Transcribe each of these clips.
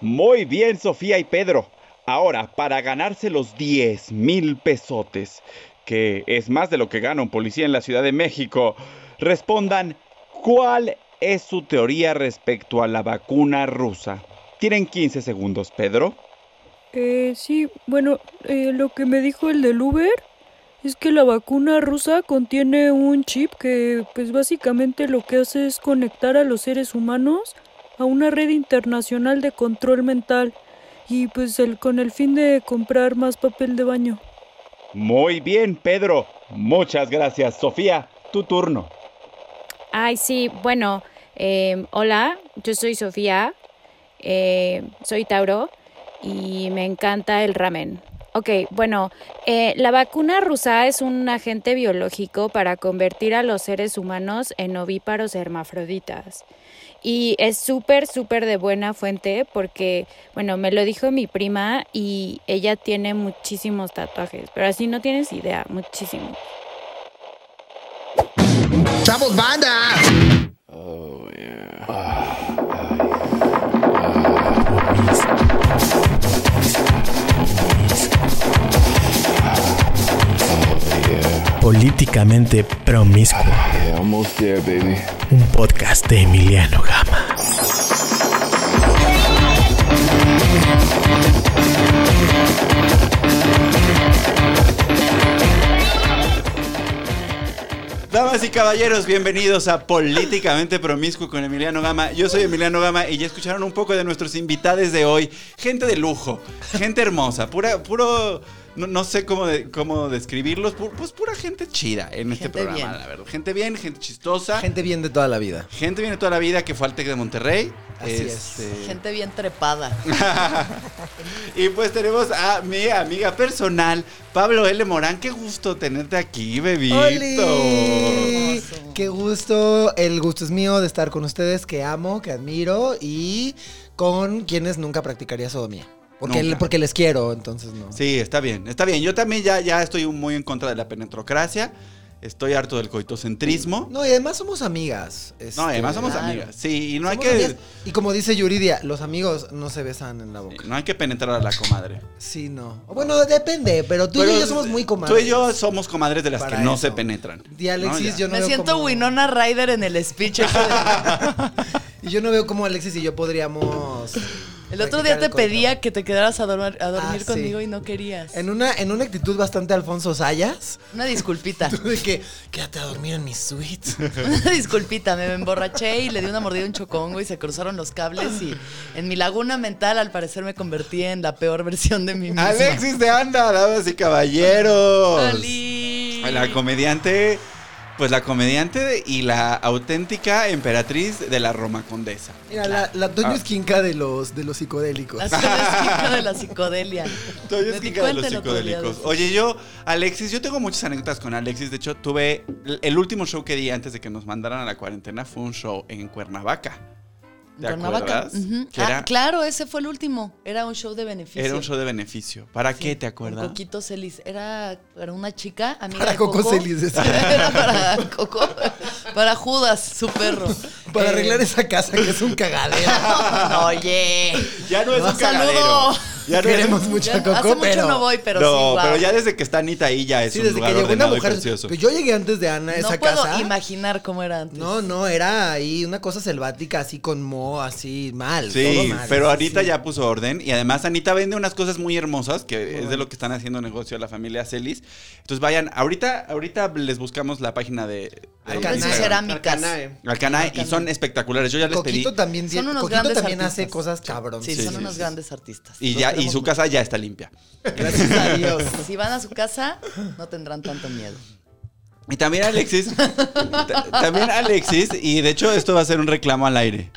Muy bien, Sofía y Pedro. Ahora, para ganarse los 10 mil pesotes, que es más de lo que gana un policía en la Ciudad de México, respondan cuál es su teoría respecto a la vacuna rusa. Tienen 15 segundos, Pedro. Eh, sí, bueno, eh, lo que me dijo el del Uber es que la vacuna rusa contiene un chip que pues básicamente lo que hace es conectar a los seres humanos a una red internacional de control mental y pues el, con el fin de comprar más papel de baño. Muy bien, Pedro. Muchas gracias, Sofía. Tu turno. Ay, sí, bueno, eh, hola, yo soy Sofía, eh, soy Tauro y me encanta el ramen. Ok, bueno, eh, la vacuna rusa es un agente biológico para convertir a los seres humanos en ovíparos hermafroditas. Y es súper, súper de buena fuente porque, bueno, me lo dijo mi prima y ella tiene muchísimos tatuajes, pero así no tienes idea, muchísimos. ¡Chavos, banda! Oh, yeah. Políticamente Promiscuo. Yeah, almost there, baby. Un podcast de Emiliano Gama. Damas y caballeros, bienvenidos a Políticamente Promiscuo con Emiliano Gama. Yo soy Emiliano Gama y ya escucharon un poco de nuestros invitados de hoy. Gente de lujo, gente hermosa, pura, puro, no, no sé cómo, de- cómo describirlos, pu- pues pura gente chida en este Gente programa, bien. la verdad. Gente bien, gente chistosa, gente, Gente bien de toda la vida. viene toda la vida que fue al Tec de Monterrey. Así es. Este, Gente bien trepada. Y pues tenemos a mi amiga personal, Pablo L. Morán. Qué gusto tenerte aquí, bebito. ¡Oli! Qué gusto, el gusto es mío de estar con ustedes que amo, que admiro y con quienes nunca practicaría sodomía. Porque, Nunca. porque les quiero, entonces no. Sí, está bien, está bien. Yo también ya, ya estoy muy en contra de la penetrocracia. Estoy harto del coitocentrismo. No, y además somos amigas. este, No, además somos claro. amigas. Sí, y no hay Somos amigas. que. Y como dice Yuridia, los amigos no se besan en la boca. No hay que penetrar a la comadre. Sí, no. Bueno, depende, pero tú y Pero yo somos muy comadres. Tú y yo somos comadres de las Para que no eso. se penetran. Y Alexis, ¿No? Ya. yo no Me veo siento cómo- Winona Ryder en el speech. ese de- Y yo no veo cómo Alexis y yo podríamos. El otro día practicar te el coito. pedía que te quedaras a, dormir- a dormir Ah, sí. conmigo y no querías. En una, en una actitud bastante Alfonso Sayas, Una disculpita. de que quédate a dormir en mi suite. Una disculpita, me emborraché y le di una mordida a un chocongo y se cruzaron los cables y en mi laguna mental al parecer me convertí en la peor versión de mí misma. Alexis de Anda, damas y caballeros. ¡Ali! La comediante. Pues la comediante y la auténtica emperatriz de la Roma Condesa. Mira, la, la Ah. Toño Esquinca de los, de los psicodélicos. La psicodélica de la psicodelia. Toño Neti, Esquinca de los cuéntalo tu psicodélicos. día de- Oye, yo, Alexis, yo tengo muchas anécdotas con Alexis. De hecho, tuve. el- El último show que di antes de que nos mandaran a la cuarentena fue un show en Cuernavaca. ¿Te Cuernavaca. acuerdas? Ujú. Que Ah, era, claro, ese fue el último. Era un show de beneficio. era un show de beneficio. ¿Para qué te Con acuerdas? Coquito Celis. Era para una chica, amiga Para de Coco Coco. Celis, decía. Era para Coco. Para Judas, su perro. Para Eh, arreglar esa casa que es un cagadero. Oye. Ya no es No, un cagadero. saludo. Ya no es- Queremos mucho Ya a Coco, hace mucho pero. no voy, pero no, sí, guau. pero ya desde que está Anita ahí ya es sí, un desde lugar que llegó una ordenado y mujer. precioso. Pero yo llegué antes de Ana a esa no puedo casa. imaginar cómo era antes. No, no, era ahí una cosa selvática, así con mo, así mal. todo Sí, mal, pero sí, Anita sí. ya puso orden y además Anita vende unas cosas muy hermosas que es de lo que están haciendo negocio la familia Celis. Entonces vayan, ahorita ahorita les buscamos la página de, de Alcanae. Instagram. Sus cerámicas. eh, Alcanae. Alcanae, y son espectaculares. Yo ya les pedí Coquito también, Son tiene- unos Coquito grandes también artistas. hace cosas cabrón. Sí, Sí, son sí, unos sí. grandes artistas. y Los ya y queremos su mucho. casa ya está limpia. Gracias a Dios. Si van a su casa, no tendrán tanto miedo. Y también Alexis, ta- también Alexis y de hecho esto va a ser un reclamo al aire.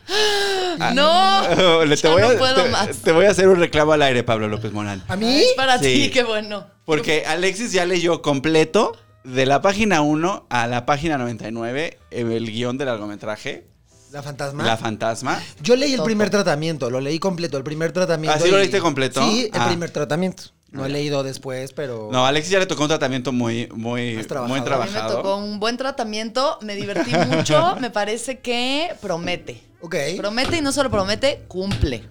Ah, ¡No! le- te, Ya voy a, no puedo te- más. te voy a hacer un reclamo al aire, Pablo López Morán. ¿A Ay, mí? Es para Sí. ti, qué bueno. Porque Alexis ya leyó completo de la página 1 a la página 99 eh, el guión del largometraje La fantasma. La Fantasma. Yo leí el Todo. primer tratamiento, lo leí completo, el primer tratamiento. ¿Ah, sí lo y- leíste completo? Sí, el Ah. primer tratamiento. No he leído después, pero... No, ah. a Alexis ya le tocó un tratamiento muy, muy, Más trabajado. muy A mí me tocó trabajado. un buen tratamiento, me divertí mucho, me parece que promete. Ok. Promete y no solo promete, cumple.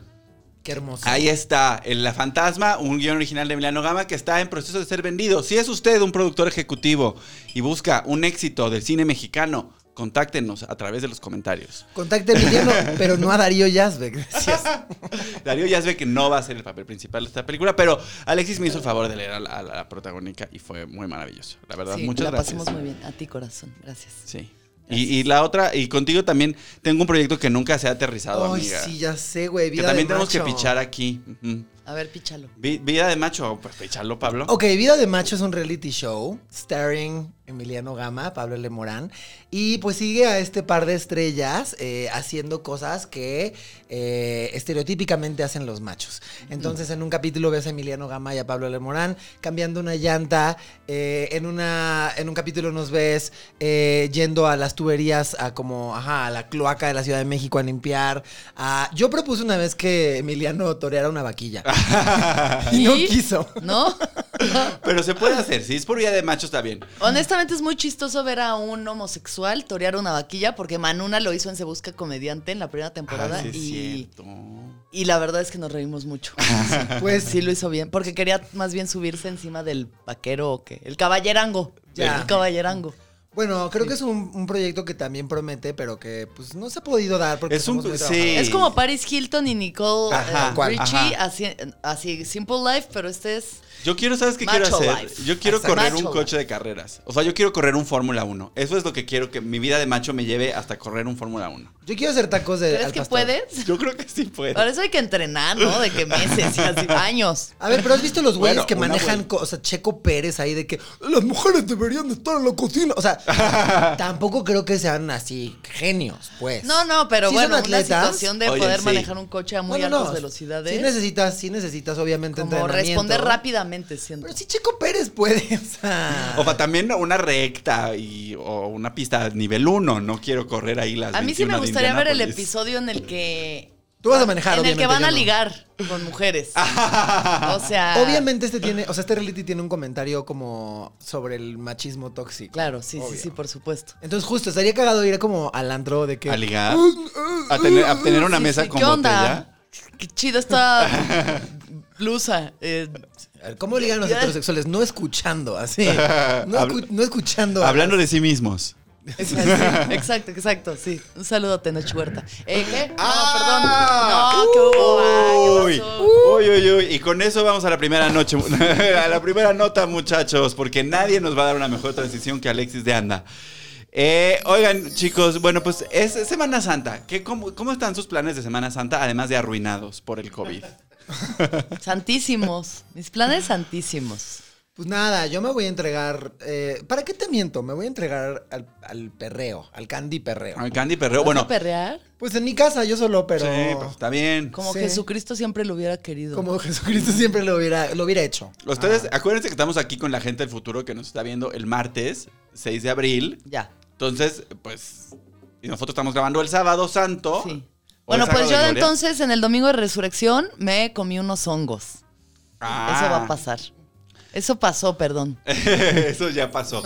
Qué hermoso. Ahí está, el La Fantasma, un guión original de Milano Gama que está en proceso de ser vendido. Si es usted un productor ejecutivo y busca un éxito del cine mexicano, contáctenos a través de los comentarios. Contacte a Emiliano, pero no a Darío Yazbek. Gracias. Darío Yazbe que no va a ser el papel principal de esta película, pero Alexis me hizo el favor de leer a la, a la protagónica y fue muy maravilloso. La verdad, Sí, Pues, muchas la gracias. pasamos muy bien. A ti, corazón. Gracias. Sí. Y, y la otra, y contigo también tengo un proyecto que nunca se ha aterrizado, Ay, amiga. sí, ya sé, güey. que Vida también de tenemos macho. que pichar aquí. Ujú. A ver, píchalo. Vi- Vida de macho, pues picharlo, Pablo. Ok, Vida de Macho es un reality show starring Emiliano Gama, Pablo L. Morán. Y pues sigue a este par de estrellas eh, haciendo cosas que eh, estereotípicamente hacen los machos. Entonces, en un capítulo ves a Emiliano Gama y a Pablo L. Morán cambiando una llanta. eh, en, una, en un capítulo nos ves eh, yendo a las tuberías, a como, ajá, a la cloaca de la Ciudad de México a limpiar. Ah, yo propuse una vez que Emiliano toreara una vaquilla. Ah, y no ¿Y? quiso. ¿No? Pero se puede hacer, si es por vida de macho está bien. Honestamente es muy chistoso ver a un homosexual torear una vaquilla porque Manuna lo hizo en Se Busca Comediante en la primera temporada Ah, sí es y, cierto. Ah, y la verdad es que nos reímos mucho. Pues Sí lo hizo bien, porque quería más bien subirse encima del vaquero o qué, el caballerango. Ya. El caballerango. Bueno, creo que es un, un proyecto que también promete, pero que pues no se ha podido dar porque Es un- somos muy sí. trabajadores. Es como Paris Hilton y Nicole eh, Ajá, ¿cuál? Richie, Ajá. así, así, Simple Life, pero este es... Yo quiero, ¿sabes qué Macho quiero hacer? life. Yo quiero Exacto. correr Macho un coche de carreras. O sea, yo quiero correr un Fórmula 1. Eso es lo que quiero que mi vida de macho me lleve hasta correr un Fórmula 1. Yo quiero hacer tacos Eh, de ¿Crees al que pastor. puedes? Yo creo que sí puedo. Para eso hay que entrenar, ¿no? De que meses y así años. A ver, pero has visto los güeyes Bueno, que una manejan, buena. co- o sea, Checo Pérez ahí de que las mujeres deberían de estar en la cocina. O sea, tampoco creo que sean así genios, pues. No, no, pero Sí son bueno, una atletas. situación de Oye, poder sí. manejar un coche a muy Bueno, altas no, velocidades. Sí necesitas, sí necesitas obviamente como entrenamiento. responder rápidamente, siento. Pero sí Checo Pérez puede, o sea. O sea, también una recta y, o una pista nivel 1. No quiero correr ahí las a mí sí me 21 de gustaría ver el Indianápolis. episodio en el que... Tú vas a manejar, En el que obviamente, van yo a no. Ah. ligar con mujeres. o sea... Obviamente este tiene, o sea, este reality tiene un comentario como sobre el machismo tóxico. Claro, sí, sí, sí, por supuesto. Entonces, justo, estaría cagado ir como al antro de que. A ligar. A tener, a tener una Sí, mesa sí, con ¿Qué botella. onda? Qué chido está blusa. eh, A ver, ¿Cómo ligan los heterosexuales? No escuchando, así. No, escu- no escuchando. Hablando de sí mismos. exacto, exacto, exacto, sí. Un saludo a Tenoch Huerta. Eh, ¿Qué? Ah. no, perdón. No, qué hubo. Ah, ¿qué Uy, pasó? uy, uy, uy. Y con eso vamos a la primera noche, a la primera nota, muchachos, porque nadie nos va a dar una mejor transición que Alexis de Anda. Eh, oigan, chicos, bueno, pues es Semana Santa. ¿Qué, cómo, cómo están sus planes de Semana Santa, además de arruinados por el COVID? Santísimos. Mis planes santísimos. Pues nada, yo me voy a entregar. eh, ¿Para qué te miento? Me voy a entregar al, al perreo, al candy perreo. Al Candy ¿Vas Perreo, a bueno. perrear? Pues en mi casa, yo solo, pero. Sí, pues, está bien. Como Sí. Jesucristo siempre lo hubiera querido. Como Jesucristo siempre lo hubiera, lo hubiera hecho. Ustedes, Ah. acuérdense que estamos aquí con la gente del futuro que nos está viendo el martes 6 de abril. Ya. Entonces, pues, y nosotros estamos grabando el sábado santo. Sí. O el Bueno, pues sábado yo de de gloria. entonces en el domingo de resurrección me comí unos hongos. Ah. Eh, Eso va a pasar. Eso pasó, perdón. Eso ya pasó.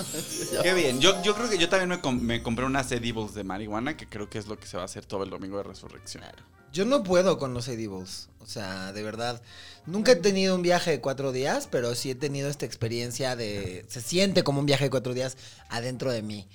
Qué bien. Yo, yo creo que yo también me, com- me compré unas edibles de marihuana, que creo que es lo que se va a hacer todo el domingo de resurrección. Yo no puedo con los edibles. O sea, de verdad. Nunca he tenido un viaje de cuatro días, pero sí he tenido esta experiencia de. Se siente como un viaje de cuatro días adentro de mí.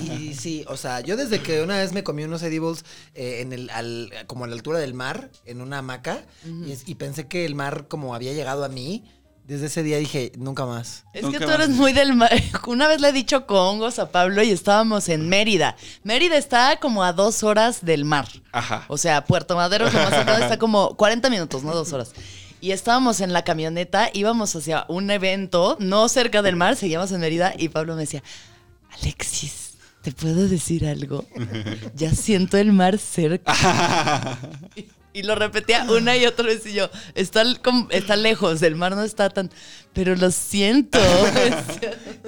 Sí, y sí, o sea, yo desde que una vez me comí unos edibles eh, en el, al- como a la altura del mar, en una hamaca, y es- y, pensé que el mar como había llegado a mí, desde ese día dije, nunca más. Es Nunca que tú más. eres muy del mar. Una vez le he dicho con hongos a Pablo y estábamos en Mérida. Mérida está como a dos horas del mar. Ajá. O sea, Puerto Madero, lo más cercano, está como 40 minutos, no dos horas. Y estábamos en la camioneta, íbamos hacia un evento, no cerca del mar, seguíamos en Mérida y Pablo me decía, Alexis, ¿te puedo decir algo? Ya siento el mar cerca. Y lo repetía una y otra vez y yo, está, l- com- está lejos, el mar no está tan... Pero lo siento.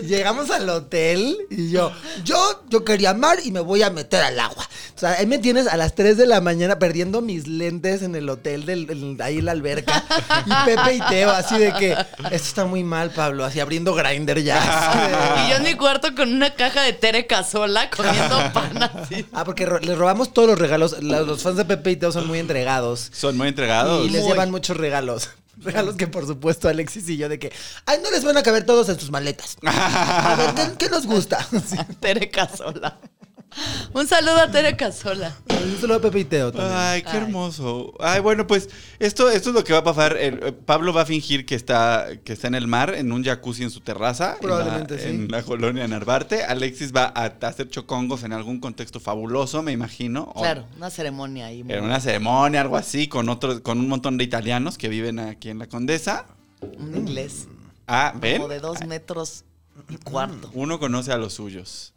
Llegamos al hotel y yo, yo, yo quería mar y me voy a meter al agua. O sea, ahí me tienes a las 3 de la mañana perdiendo mis lentes en el hotel, del, el- ahí en la alberca. Y Pepe y Teo, así de que, esto está muy mal, Pablo, así abriendo grinder ya. así de- y yo en mi cuarto con una caja de Tere Casola comiendo pan así. Ah, porque ro- les robamos todos los regalos. La- Los fans de Pepe y Teo son muy entregados. Son muy entregados. Y les llevan muchos regalos. Regalos que por supuesto Alexis y yo de que, ay, no les van a caber todos en sus maletas. A ver, ¿qué, qué nos gusta? Sí. Tere Casola. Un saludo a Tere Casola. Un saludo a Pepe y Teo también. Ay, qué hermoso. Ay, bueno, pues esto, esto es lo que va a pasar. El- eh, Pablo va a fingir que está, que está en el mar, en un jacuzzi en su terraza. en la- Probablemente, sí. En la colonia Narvarte. Alexis va a hacer chocongos en algún contexto fabuloso, me imagino. O- Claro, una ceremonia ahí. muy- En una ceremonia, algo así, con otros, con un montón de italianos que viven aquí en la Condesa. Un inglés. Ah, ¿ven? Como de dos metros y cuarto. Uno conoce a los suyos.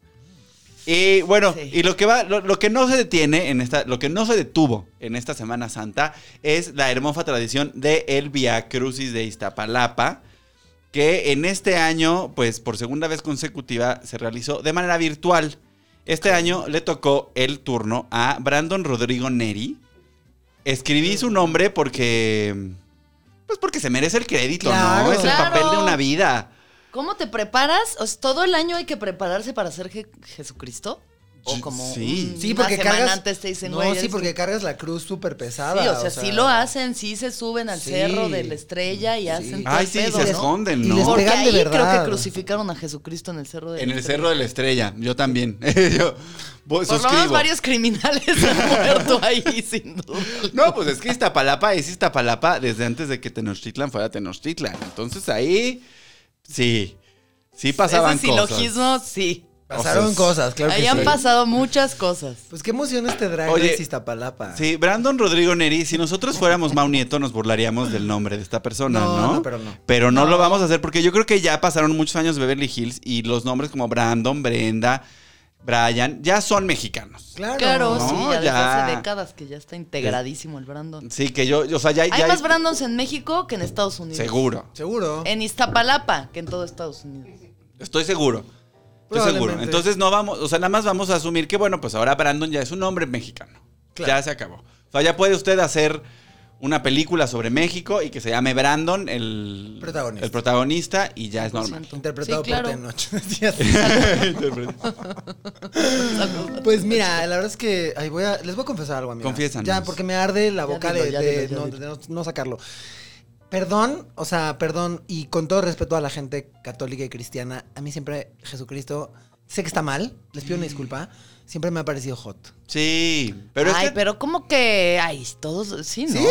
Y bueno, Sí. y lo que va, lo, lo que no se detiene en esta, lo que no se detuvo en esta Semana Santa es la hermosa tradición de el Via Crucis de Iztapalapa, que en este año, pues por segunda vez consecutiva, se realizó de manera virtual. Este año le tocó el turno a Brandon Rodrigo Neri. Escribí su nombre porque. Pues porque se merece el crédito, ¿no? Claro. Es el Claro. papel de una vida. ¿Cómo te preparas? O sea, ¿Todo el año hay que prepararse para ser Je- Jesucristo? O Yo- como sí. un- Sí, una porque semana cargas. antes te dicen, no, güey, sí, eres- porque cargas la cruz súper pesada. Sí, o sea, sí lo hacen, sí se suben al Sí. cerro de la estrella y Sí. hacen todo Ay, el sí, pedo, se ¿no? esconden, Y ¿no? les Porque pegan de ahí creo verdad. que crucificaron a Jesucristo en el cerro de En la el Estrella. Cerro de la Estrella, yo también. yo voy- Por lo suscribo. menos varios criminales han muerto ahí, sin duda. No, pues es que Iztapalapa es Iztapalapa desde antes de que Tenochtitlan fuera Tenochtitlan. Entonces ahí, sí, sí pasaban Ese cosas. silogismo, sí. Pasaron O sea, cosas, claro ahí que han sí. pasado muchas cosas. Pues qué emoción este drag Oye, Oye, Iztapalapa. Sí, Brandon Rodrigo Neri, si nosotros fuéramos Mau Nieto, nos burlaríamos del nombre de esta persona, ¿no? No, no, pero no. Pero no, lo vamos a hacer porque yo creo que ya pasaron muchos años de Beverly Hills y los nombres como Brandon, Brenda, Brian, ya son mexicanos. Claro. Claro, No, sí, ya desde ya. hace décadas que ya está integradísimo el Brandon. Sí, que yo, yo, o sea, ya... Hay ya- más Brandons en México que en Estados Unidos. Seguro. Seguro. En Iztapalapa que en todo Estados Unidos. Estoy seguro. Estoy Probablemente. seguro. Entonces no vamos, o sea, nada más vamos a asumir que bueno, pues ahora Brandon ya es un hombre mexicano. Claro. Ya se acabó. O sea, ya puede usted hacer una película sobre México y que se llame Brandon el Protagonista. el protagonista y ya es normal. Interpretado Sí, claro. por Tenoch. Sí, así. Pues mira, la verdad es que ay, voy a- les voy a confesar algo, amiga. Confiésanos. Ya, porque me arde la boca dilo, de, ya de dilo, ya no, dilo. de no- no sacarlo. Perdón, o sea, perdón, y con todo respeto a la gente católica y cristiana, a mí siempre Jesucristo, sé que está mal, les pido una disculpa, siempre me ha parecido hot. Sí, pero es ay, que pero como que. Ay, todos. Sí, ¿no? ¿Sí?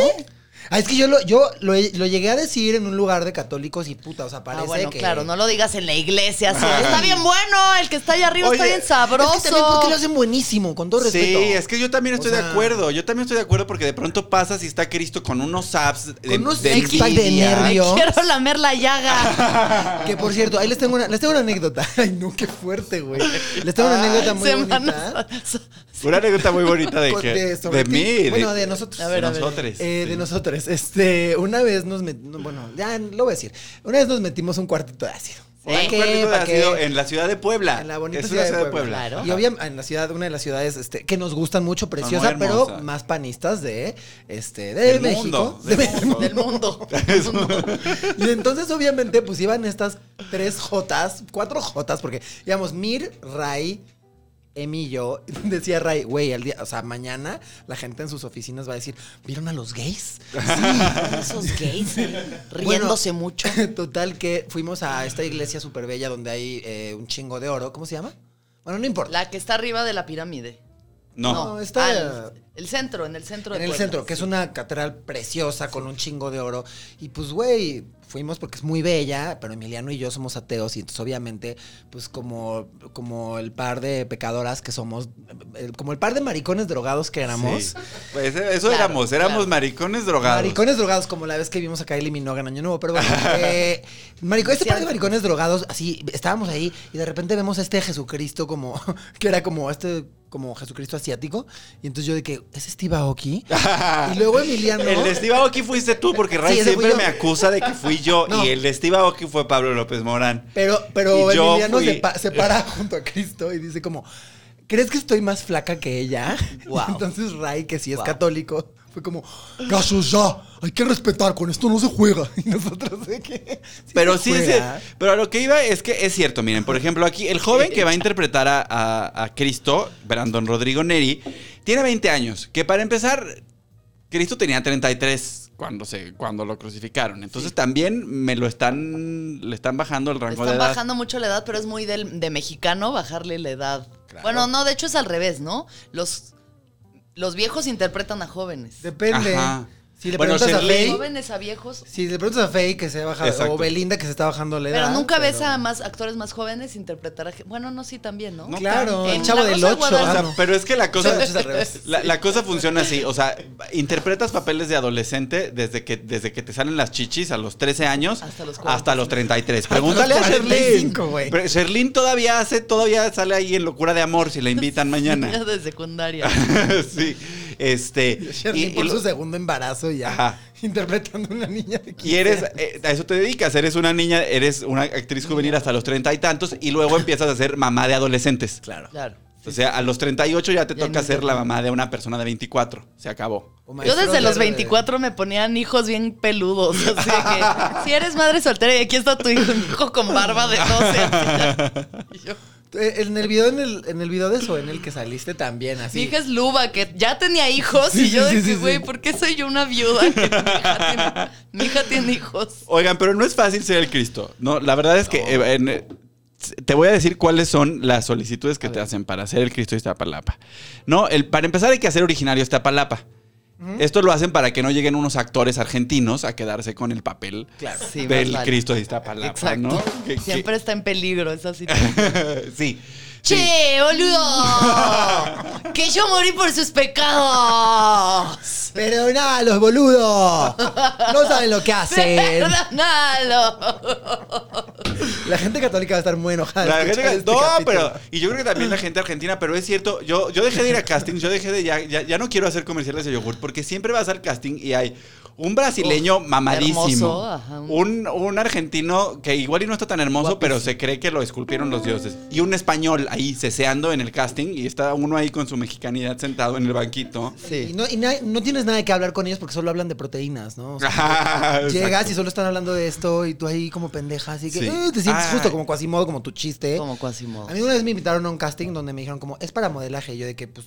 Ah, es que yo lo, yo lo, lo llegué a decir en un lugar de católicos y puta, o sea, parece Ah, bueno, que... claro, no lo digas en la iglesia. sí. Está bien bueno, el que está allá arriba está Oye, bien Pero sabroso. es que también porque lo hacen buenísimo, con todo Sí, respeto. es que yo también O estoy de sea- acuerdo. Yo también estoy de acuerdo porque de pronto pasa si está Cristo con unos saps de, Con unos de six-pack de envidia. nervio. Dios. Quiero lamer la llaga. Que por cierto, ahí les tengo una, les tengo una anécdota. Ay, no, qué fuerte, güey. Les tengo una anécdota muy bonita. Semana Una anécdota muy bonita de Con- que de- de, sobre ti. mí, de, Bueno, de nosotros. A ver, a ver. nosotros. Eh, sí. De nosotros. Este, una vez nos metimos, bueno, ya lo voy a decir. Una vez nos metimos un cuartito de ácido. ¿Eh? ¿Para Un qué? cuartito de ¿Para qué? ácido en la ciudad de Puebla. En la bonita es una ciudad, de Puebla. Puebla. Claro. Y obviamente en la ciudad, una de las ciudades este, que nos gustan mucho, preciosa, muy hermosa. pero más panistas de, este, de Del México. mundo, De- del mundo. del mundo. Y entonces, obviamente, pues iban estas tres Jotas, cuatro Jotas, porque digamos, Mir, Ray, Emi y yo, decía Ray, güey, al día, o sea, mañana la gente en sus oficinas va a decir, ¿vieron a los gays? Esos gays eh, riéndose Bueno, mucho. Total que fuimos a esta iglesia súper bella donde hay eh, un chingo de oro. ¿Cómo se llama? Bueno, no importa. La que está arriba de la pirámide. No. No, está- al- el centro, en el centro. de en el Puebla, centro, que es sí. una catedral preciosa con un chingo de oro. Y pues, güey, fuimos porque es muy bella, pero Emiliano y yo somos ateos y entonces obviamente, pues como, como el par de pecadoras que somos, eh, como el par de maricones drogados que éramos. Sí. Pues eh, eso Claro, éramos, éramos claro. maricones drogados. Maricones drogados, como la vez que vimos a Kylie Minogue en Año Nuevo, pero bueno. eh, marico- este par de maricones drogados, así, estábamos ahí y de repente vemos a este Jesucristo como, que era como este, como Jesucristo asiático. Y entonces yo de que, ¿es Steve Aoki? y luego Emiliano... El de Steve Aoki fuiste tú, porque Ray Sí, ese fui siempre yo. me acusa de que fui yo. No. Y el de Steve Aoki fue Pablo López Morán. Pero, pero Y yo Emiliano fui- se, pa- se para junto a Cristo y dice como, ¿crees que estoy más flaca que ella? Wow. Entonces Ray, que sí es Wow. católico, fue como, casos ya, hay que respetar, con esto no se juega. Y nosotros de que... "Sí Pero se sí, juega". ese- pero a lo que iba es que es cierto, miren, por ejemplo, aquí el joven que va a interpretar a, a- a Cristo, Brandon Rodrigo Neri, tiene 20 años, que para empezar Cristo tenía 33 cuando se cuando lo crucificaron. Entonces también me lo están le están bajando el Le rango de Están edad. bajando mucho la edad, pero es muy del- de mexicano bajarle la edad. Bueno, no, de hecho es al revés, ¿no? Los, los viejos interpretan a jóvenes. Depende. Ajá. Si le Bueno, preguntas a Shirley- Faye, Jóvenes a viejos. si le preguntas a Faye que se baja Exacto. o Belinda que se está bajando la edad. Pero nunca ves a más actores más jóvenes interpretar a... ge- Bueno, no, sí, también, ¿no? No, Claro, En el chavo La del ah, Rosa de 8. O sea, pero es que la cosa Son hechos al revés. La, la cosa funciona así, o sea, interpretas papeles de adolescente desde que desde que te salen las chichis a los 13 años Hasta los 40. hasta los 33. Pregúntale a los 45, Sherlyn. güey. Pero Sherlyn todavía hace todavía sale ahí en locura de amor si la invitan mañana. Niña de secundaria. sí. Este. Shirley y- por y su lo- segundo embarazo ya. Ajá. Interpretando a una niña de 15. y eres, eh, a eso te dedicas, eres una niña, eres una actriz juvenil hasta los treinta y tantos y luego empiezas a ser mamá de adolescentes. Claro. Claro. O sea, a los 38 ya te Ya toca no ser te- la mamá de una persona de 24. Se acabó. O Yo maestro desde de los RBD. 24 me ponían hijos bien peludos. Así de que si eres madre soltera y aquí está tu hijo, un hijo con barba de 12. Y yo, Eh, En el video, en el, en el video de eso, en el que saliste también, así. Mi hija es Luba, que ya tenía hijos. Sí, y yo sí, de sí, que, sí, güey, sí. ¿por qué soy yo una viuda? que mi, hija tiene, mi hija tiene hijos. Oigan, pero no es fácil ser el Cristo. No, la verdad es que eh, en, eh, te voy a decir cuáles son las solicitudes que te hacen para ser el Cristo de Iztapalapa. No, el, para empezar hay que hacer originario Iztapalapa. Esto lo hacen para que no lleguen unos actores argentinos a quedarse con el papel Claro. Sí, más del vale. Cristo de Iztapalapa, Exacto. ¿no? Que- que- Siempre está en peligro esa situación. sí. sí. ¡Che, boludo! ¡Que yo morí por sus pecados! Pero nada, los boludos. No saben lo que hacen. ¡Perdónalo! La gente católica va a estar muy enojada. La de gente escuchar que- este no, capítulo. pero. Y yo creo que también la gente argentina, pero es cierto, yo, yo dejé de ir a castings, yo dejé de. Ya, ya, ya no quiero hacer comerciales de yogurt, porque siempre vas al casting y hay un brasileño Uf, mamadísimo. hermoso, ajá. un, un argentino que igual y no está tan hermoso, pero se cree que lo esculpieron los dioses. Y un español ahí ceseando en el casting y está uno ahí con su mexicanidad sentado en el banquito. Y, no, y na- no tienes nada que hablar con ellos porque solo hablan de proteínas, ¿no? O sea, llegas y solo están hablando de esto y tú ahí como pendeja, así que Sí. eh, te sientes Ah. justo como cuasimodo, como tu chiste. Como Quasimodo. A mí una vez me invitaron a un casting donde me dijeron como, es para modelaje. Y yo de que, pues,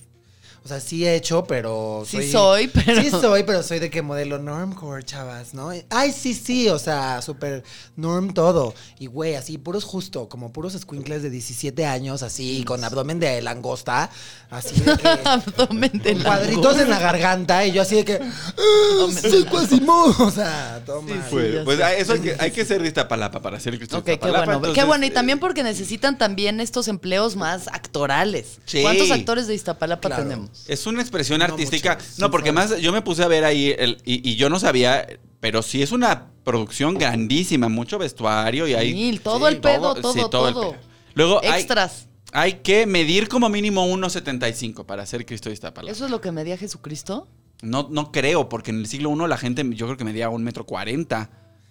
o sea, sí he hecho, pero... Sí soy, pero- Sí soy, pero soy de que modelo normcore, chavas, ¿no? Ay, sí, sí, o sea, súper norm todo. Y güey, así, puros justo, como puros squinkles de 17 años, así, con abdomen de langosta, así de que... Abdomen de con la- cuadritos en la garganta y yo así de que... "Ah, soy Quasimodo, o sea, toma. Pues, ya pues, sé. hay- eso hay que, hay que ser de Iztapalapa para ser el Cristo de Ok, qué Iztapalapa, bueno. entonces, qué bueno, y eh, también porque necesitan también estos empleos más actorales. Sí. ¿Cuántos actores de Iztapalapa tenemos? Es una expresión No artística. muchas, no, sí, porque claro. más yo me puse a ver ahí el- y, y yo no sabía, pero sí es una producción grandísima, mucho vestuario y ahí. Mil, todo el pedo, todo, todo. Luego hay, Extras. hay que medir como mínimo 1.75 para ser Cristo de Iztapalapa. ¿Eso es lo que medía Jesucristo? No, no creo, porque en el siglo I la gente yo creo que medía un metro cuarenta.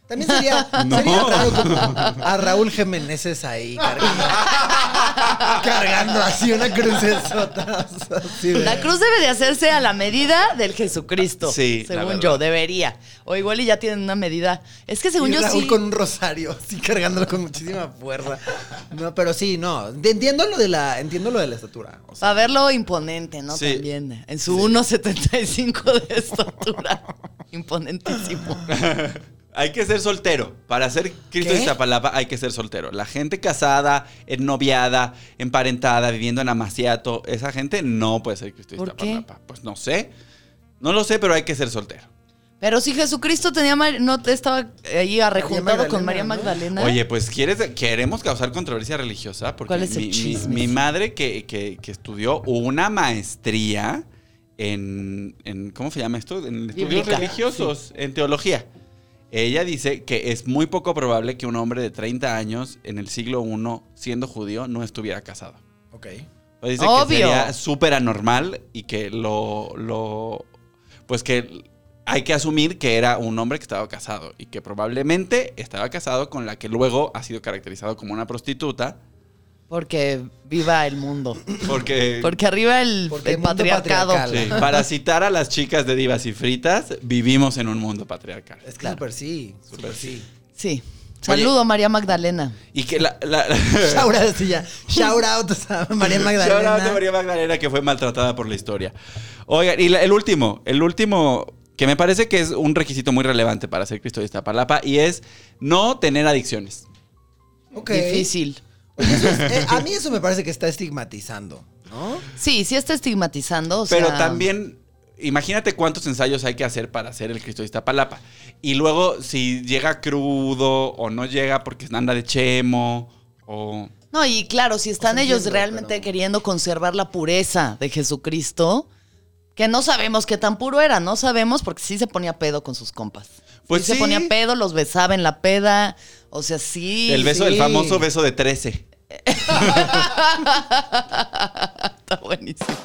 También sería, sería raro como a Raúl Jiménez ahí cargando, cargando así una crucesota. así de- La cruz debe de hacerse a la medida del Jesucristo. Sí, la Según verdad. yo, debería. O igual y ya tienen una medida. Es que según y yo Raúl sí. con un rosario, así cargándolo con muchísima fuerza. No, pero sí, no. de- Entiendo lo de la, entiendo lo de la estatura. o sea, Para verlo imponente, ¿no? Sí. También. En su 1.75 de estatura. Imponentísimo. Hay que ser soltero. Para ser Cristo de ¿Qué? Iztapalapa hay que ser soltero. La gente casada, noviada, emparentada, viviendo en amaciato, esa gente no puede ser Cristo de ¿Por qué? Iztapalapa. Pues no sé. No lo sé, pero hay que ser soltero. Pero si Jesucristo tenía mar- no te estaba ahí arrejuntado con María María Magdalena. Magdalena, Oye, pues ¿quieres, queremos causar controversia religiosa porque ¿Cuál es el mi, mi- chisme? mi madre que, que- que estudió una maestría en, en- ¿cómo se llama esto? En estudios Bíblica, religiosos, en teología. Ella dice que es muy poco probable que un hombre de 30 años en el siglo I, siendo judío, no estuviera casado. ok. O Pues Dice que Obvio. sería súper anormal y que lo, lo. Pues que hay que asumir que era un hombre que estaba casado y que probablemente estaba casado con la que luego ha sido caracterizado como una prostituta. Porque viva el mundo. Porque. Porque arriba el, Porque el el mundo patriarcado. patriarcal. Sí, para citar a las chicas de Divas y Fritas, vivimos en un mundo patriarcal. Es que Claro. súper sí. Súper sí. Sí. Saludo, María Magdalena. Y que la. la- la- Shout out, sí, ya. Shout out a María Magdalena. Shout out a María Magdalena que fue maltratada por la historia. Oigan, y la- el último, el último que me parece que es un requisito muy relevante para ser Cristo de Iztapalapa y es no tener adicciones. Ok. Difícil. Oye, eso es- eh, a mí eso me parece que está estigmatizando, ¿no? Sí, sí está estigmatizando. o Pero sea, también, imagínate cuántos ensayos hay que hacer para hacer el Cristo de Iztapalapa. Y luego, si llega crudo o no llega porque anda de chemo o... No, y claro, si están sea, ellos entiendo, realmente pero- queriendo conservar la pureza de Jesucristo, que no sabemos qué tan puro era, no sabemos porque sí se ponía pedo con sus compas. Pues Pues sí. se ponía pedo, los besaba en la peda, o sea, sí. El beso, sí. el famoso beso de 13. Está buenísimo.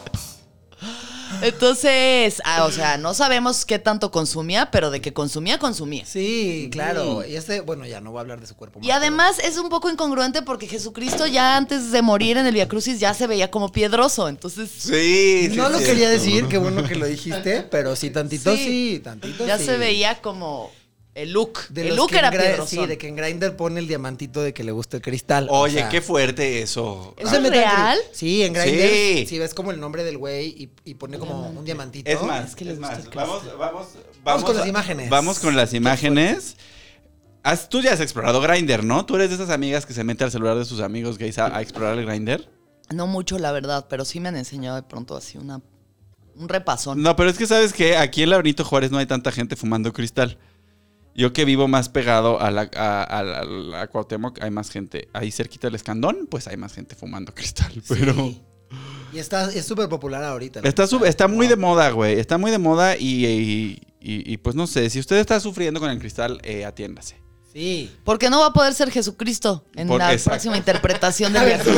Entonces, ah, o sea, no sabemos qué tanto consumía, pero de que consumía, consumía. Sí, claro. Y este, bueno, ya no voy a hablar de su cuerpo. Y más, además es un poco incongruente porque Jesucristo ya antes de morir en el Via Crucis ya se veía como piedroso, entonces Sí, pero- No lo quería decir, qué bueno que lo dijiste, pero sí, tantito sí, Sí. tantito ya sí. se veía como el look. De el los look que era en Grindr- piedroso. Sí, de que en Grindr pone el diamantito de que le gusta el cristal. o Oye, sea, qué fuerte eso. ¿Eso no se es metan con- real? Sí, en Grindr. Sí. Sí. ves como el nombre del güey y, y pone como un diamantito. Es más, que le es gusta más. el Vamos, cristal. vamos, vamos, con a- las imágenes. Vamos con las imágenes. Has- tú ya has explorado Grindr, ¿no? Tú eres de esas amigas que se mete al celular de sus amigos gays a, a explorar el Grindr. No mucho, la verdad, pero sí me han enseñado de pronto así una, un repasón. No, pero es que sabes que aquí en la Benito Juárez no hay tanta gente fumando cristal. Yo que vivo más pegado a la, a, a la- a la Cuauhtémoc, hay más gente. Ahí cerquita del Escandón, pues hay más gente fumando cristal. Pero Y está, es súper popular ahorita. la está, neta. sub- está muy de moda, güey. Está muy de moda y, y- y- y, pues no sé. Si usted está sufriendo con el cristal, eh, atiéndase. Sí. Porque no va a poder ser Jesucristo en Por- la exacto. próxima interpretación de A ver, la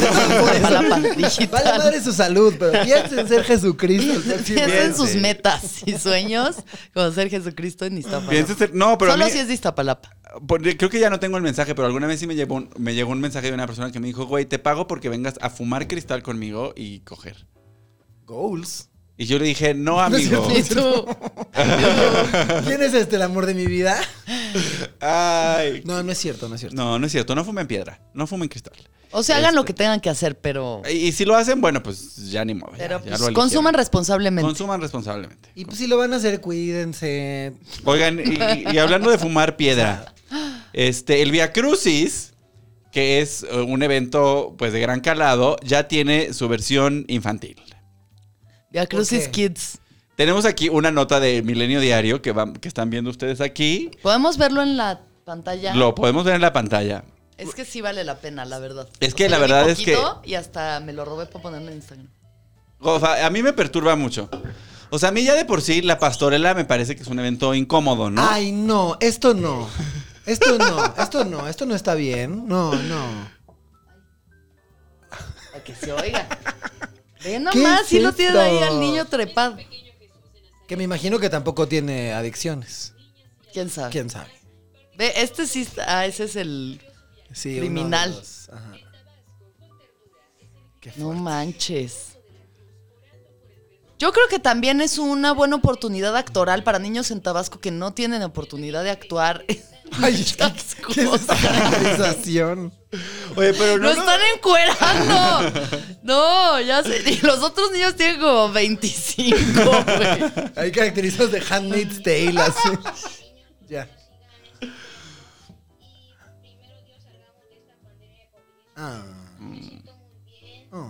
Palapa digital. Vale madre su salud, pero piensen ser Jesucristo. el próximo Piensa en piense. sus metas y sueños como ser Jesucristo en Iztapalapa. Piensa ser- no, pero a Solo mí- si es de Iztapalapa. Porque creo que ya no tengo el mensaje, pero alguna vez sí me llegó un, me llegó un mensaje de una persona que me dijo, güey, te pago porque vengas a fumar cristal conmigo y coger. Goals. Y yo le dije, no, amigo. Y tú, ¿Quién es este el amor de mi vida? Ay. No, no es cierto, no es cierto. No, no es cierto, no fumen piedra, no fumen cristal. o sea, hagan lo que tengan que hacer, pero, Y, y si lo hacen, bueno, pues ya ni modo. ya- pero ya pues, lo eligieron. consuman responsablemente. Consuman responsablemente. Y pues si lo van a hacer, cuídense. Oigan, y, y hablando de fumar piedra, este, el Via Crucis, que es eh, un evento pues de gran calado, ya tiene su versión infantil. Ya Crucis Ok. Kids. Tenemos aquí una nota de Milenio Diario que, van- que están viendo ustedes aquí. ¿Podemos verlo en la pantalla? Lo podemos ver en la pantalla. Es que sí vale la pena, la verdad. Es que la yo vi verdad es que- poquito Y hasta me lo robé para ponerlo en Instagram. O sea, a mí me perturba mucho. O sea, a mí ya de por sí la pastorela me parece que es un evento incómodo, ¿no? Ay, no, esto no. Esto no, esto no, esto no está bien. No, no. Para que se oiga. Ve ¿Qué nomás, es sí lo tiene ahí esto? al niño trepado. Que me imagino que tampoco tiene adicciones. ¿Quién sabe? ¿Quién sabe? Ve, este sí está- Ah, ese es el... Sí, uno de Criminal. los- ajá. Qué No fuerte. manches. Yo creo que también es una buena oportunidad actoral para niños en Tabasco que no tienen oportunidad de actuar. Ay, Tabasco. ¿Qué es esta caracterización? Oye, pero ¡Lo están encuerando! No, ya sé. Y los otros niños tienen como 25, güey. Hay características de Handmaid's Tale así. Ya. Ah. Ah.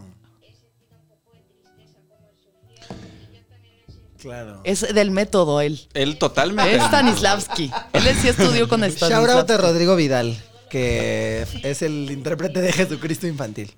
Claro. Es del método él. Él totalmente. Es Stanislavski. Él sí estudió con Shout out ¿Eh? a Stanislavski. Rodrigo Vidal, que es el intérprete de Jesucristo infantil.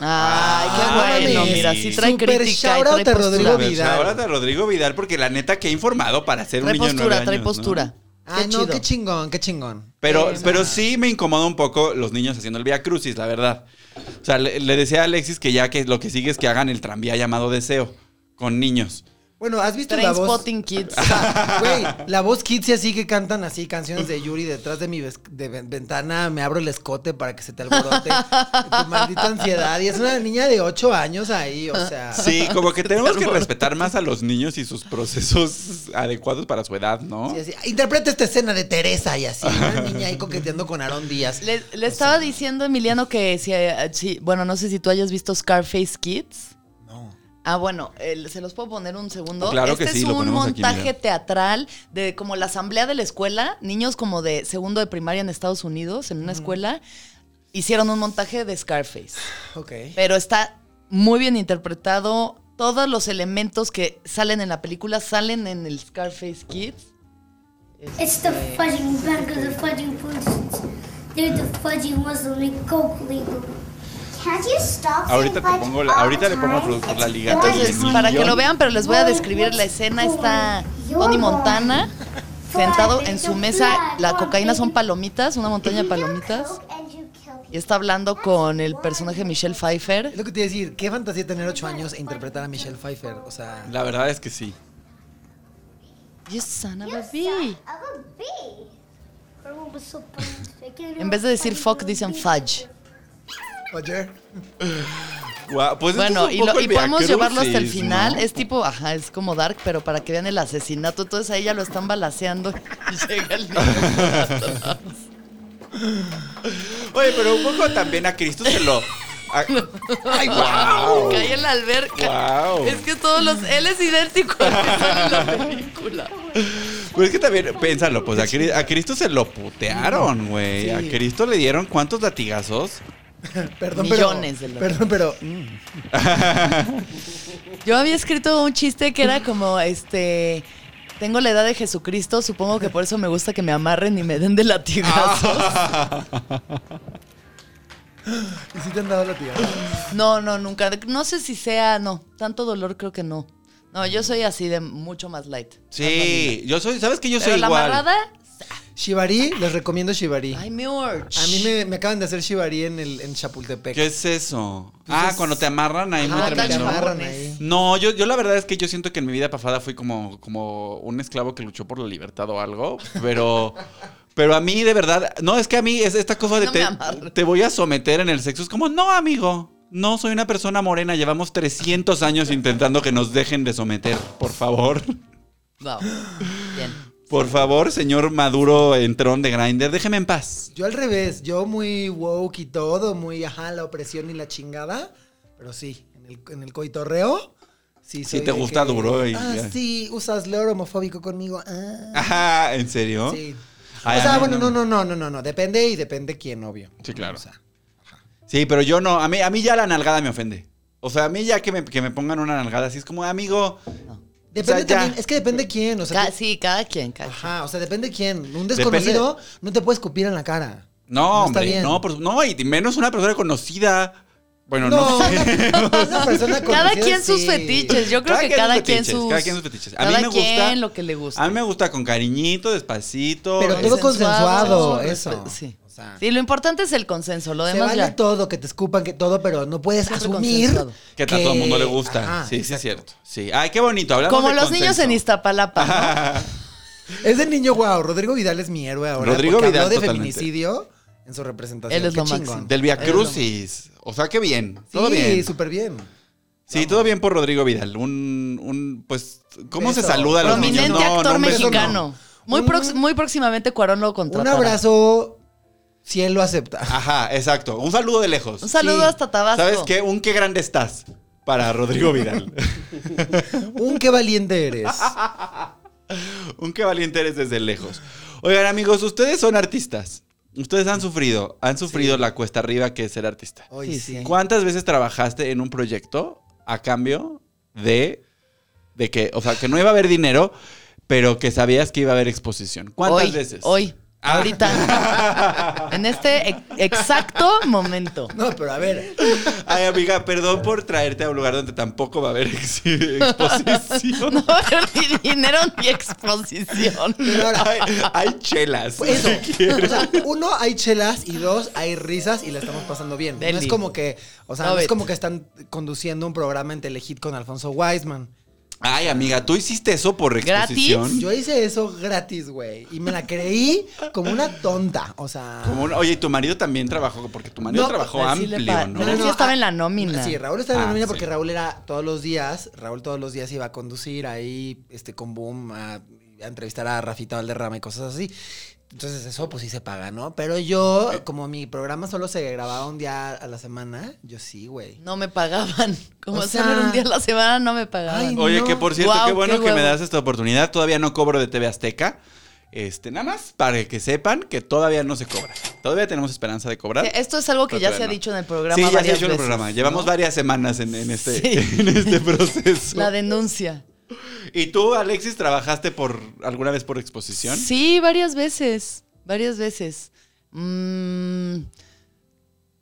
Ay, qué bueno. mames. Mira, sí trae Ah, Super crítica. y shout out trae a Rodrigo postura. Vidal. Ahora de Rodrigo Vidal, porque la neta que he informado para ser un Trae niño de nueve postura, trae años, ¿no? postura. Ay, Qué Ah, no, chido. qué chingón, qué chingón. Pero, pero sí me incomoda un poco los niños haciendo el Via Crucis, la verdad. O sea, le, le decía a Alexis que ya que lo que sigue es que hagan el tranvía llamado Deseo con niños. Bueno, ¿has visto la voz? Trainspotting Kids. Güey, la voz kids y así que cantan así canciones de Yuri detrás de mi ves- de ven- ventana, me abro el escote para que se te alborote tu maldita ansiedad. Y es una niña de 8 años ahí, o sea. Sí, como que tenemos que respetar más a los niños y sus procesos adecuados para su edad, ¿no? Sí, así, Interpreta esta escena de Teresa y así, una niña ahí coqueteando con Aarón Díaz. Le, le estaba diciendo a Emiliano que si, eh, si- bueno, no sé si tú hayas visto Scarface Kids. No. Ah, bueno, el- se los puedo poner un segundo. Claro que este sí, es lo un ponemos aquí, montaje mira. teatral de como la asamblea de la escuela, niños como de segundo de primaria en Estados Unidos, en una escuela, hicieron un montaje de Scarface. Ok. Pero está muy bien interpretado. Todos los elementos que salen en la película salen en el Scarface Kids. It's the fudging back of the fudging foods. They're the fudgy ones that make Coke legal. Can't you stop Ahorita te pongo la- ahorita le pongo al productor la liga Entonces, Oye, para que millón. lo vean, pero les voy a describir la escena. Está Tony Montana sentado en su mesa. La cocaína son palomitas, una montaña de palomitas. Y está hablando con el personaje Michelle Pfeiffer. Es lo que te iba a decir, qué fantasía tener ocho años e interpretar a Michelle Pfeiffer. O sea, La verdad es que sí. You son of a bee. Of a bee. Everyone was so bummed. En vez de decir fuck, dicen Pues fudge. Roger. Guau, pues esto Bueno, es y, un lo- poco y el podemos Via llevarlo hasta el Crucis, final. ¿no? Es tipo, ajá, es como dark, pero para que vean el asesinato. Entonces a ella lo están balaseando y llega el niño. Oye, pero un poco también a Cristo se lo. a- ¡Ay, wow! Cae en la alberca. Guau. Es que todos los. Él es idéntico al que sale en la película. Pues es que también, piénsalo, pues a, Cri- a Cristo se lo putearon, güey. A Cristo le dieron cuántos latigazos. Perdón, Millones de pero, lo- Mm. Perdón, pero Yo había escrito un chiste que era como este. Tengo la edad de Jesucristo, supongo que por eso me gusta que me amarren y me den de Ah. latigazos. ¿y si te han dado la tía? No, no, nunca. No sé si sea, no. Tanto dolor creo que no. No, yo soy así de mucho más light. Sí, yo soy, ¿sabes que yo Pero soy la igual? amarrada, Shibari, les recomiendo Shibari. ay, mi urge. A mí me, me acaban de hacer Shibari en, el, en Chapultepec. ¿Qué es eso? ah, es- cuando te amarran ahí muy Ah, Ajá, te tremendo. amarran. amarran ahí. No, yo, yo la verdad es que yo siento que en mi vida pasada fui como, como un esclavo que luchó por la libertad o algo, pero... Pero a mí, de verdad, no, es que a mí es esta cosa de No me te, amarres. te voy a someter en el sexo. Es como, no, amigo, no soy una persona morena. Llevamos 300 años intentando que nos dejen de someter. Por favor, Wow. Bien. por favor, señor Maduro entrón de Grinder, déjeme en paz. Yo al revés, yo muy woke y todo, muy ajá, la opresión y la chingada. Pero sí, en el, en el coitorreo, sí Sí soy te de gusta que, duro y Ah, ya". sí, usas lore homofóbico conmigo. Ah, Ajá, ¿en serio? sí. Ay, o a sea, mí bueno, no. no, no, no, no, no, no. Depende y depende quién, obvio. Sí, claro. O sea, Sí, pero yo no, a mí, a mí ya la nalgada me ofende. O sea, a mí ya que me, que me pongan una nalgada así es como, amigo, depende O sea, ya. también, es que depende quién, o sea. Ca- tú- sí, cada quien, cada quien. Ajá, o sea, depende quién. Un desconocido no te puede escupir en la cara. no, No está hombre, bien. no, por su- no, y menos una persona conocida. Bueno, no, No, sé. una persona Cada conocida, quien sus sí. fetiches. Yo creo Cada que quien sus cada quien fetiches, sus. cada quien sus fetiches. A mí cada me gusta- quien lo que le gusta. A mí me gusta con cariñito, despacito. Pero es- todo consensuado, respeto, eso. sí. O sea, Sí, lo importante es el consenso. Lo se demás vale ya. todo, que te escupan, que todo, pero no puedes Siempre asumir consensuado. que a todo el mundo le gusta. Ajá, sí, sí, es exacto. cierto. Sí. Ay, qué bonito. hablamos Como de los niños en consenso. Iztapalapa. ¿no? Es el niño guau. Rodrigo Vidal es mi héroe ahora. Rodrigo porque habló Vidal, de totalmente. feminicidio en su representación. Él es Qué lo chingón. máximo. Del Via Es lo- Crucis. O sea, qué bien. Todo sí, bien. súper bien. Sí, todo bien por Rodrigo Vidal. Un, un pues, ¿cómo se Beso. saluda a los niños? Prominente No, actor no, un beso no. mexicano. Muy, Un- prox- muy próximamente Cuarón lo Un contratará. abrazo, si él lo acepta. Ajá, exacto. Un saludo de lejos. Un saludo Sí. hasta Tabasco. ¿Sabes qué? Un qué grande estás para Rodrigo Vidal. Un qué valiente eres. Un qué valiente eres desde lejos. Oigan, amigos, ustedes son artistas. Ustedes han sufrido, han sufrido la cuesta arriba que es ser artista. Hoy Sí, sí, sí. ¿Cuántas veces trabajaste en un proyecto a cambio de, de que, o sea, que no iba a haber dinero, pero que sabías que iba a haber exposición? ¿Cuántas hoy, veces? Hoy. Ah. Ahorita. en este ex- exacto momento. No, pero a ver. Ay, amiga, perdón por traerte a un lugar donde tampoco va a haber ex- exposición. No, ni dinero ni exposición. pero ahora, Ay, hay chelas. Pues Eso. si quieres. O sea, uno, hay chelas y dos, hay risas y la estamos pasando bien. No Deli. es como que, o sea, Love no es it. como que están conduciendo un programa en Telehit con Alfonso Wiseman. Ay, amiga, ¿tú hiciste eso por ¿Gratis? exposición? Yo hice eso gratis, güey. Y me la creí como una tonta. O sea. Como un- oye, ¿y tu marido también trabajó? Porque tu marido No, trabajó así le amplio, pa- ¿no? Pero él sí estaba en la ah, nómina. Sí, Raúl estaba en Ah, la nómina sí. porque Raúl era todos los días, Raúl todos los días iba a conducir ahí, este, con boom, a- a entrevistar a Rafita Valderrama y cosas así. Entonces eso pues sí se paga, ¿no? Pero yo, Eh. como mi programa solo se grababa un día a la semana, yo sí, güey. No me pagaban. Como O se hablan un sea- día a la semana, no me pagaban. Ay, Oye, No. que por cierto, Guau, qué bueno qué que me huevo. das esta oportunidad. Todavía no cobro de TV Azteca. Este, nada más para que sepan que todavía no se cobra. Todavía tenemos esperanza de cobrar. Que Esto es algo que Pero ya todavía se ha no. dicho en el programa. sí, ya se ha varias hecho en el veces, programa. Llevamos ¿no? varias semanas en, en este, Sí. en este proceso. La denuncia. ¿Y tú, Alexis, trabajaste por alguna vez por exposición? Sí, varias veces. Varias veces. Mm,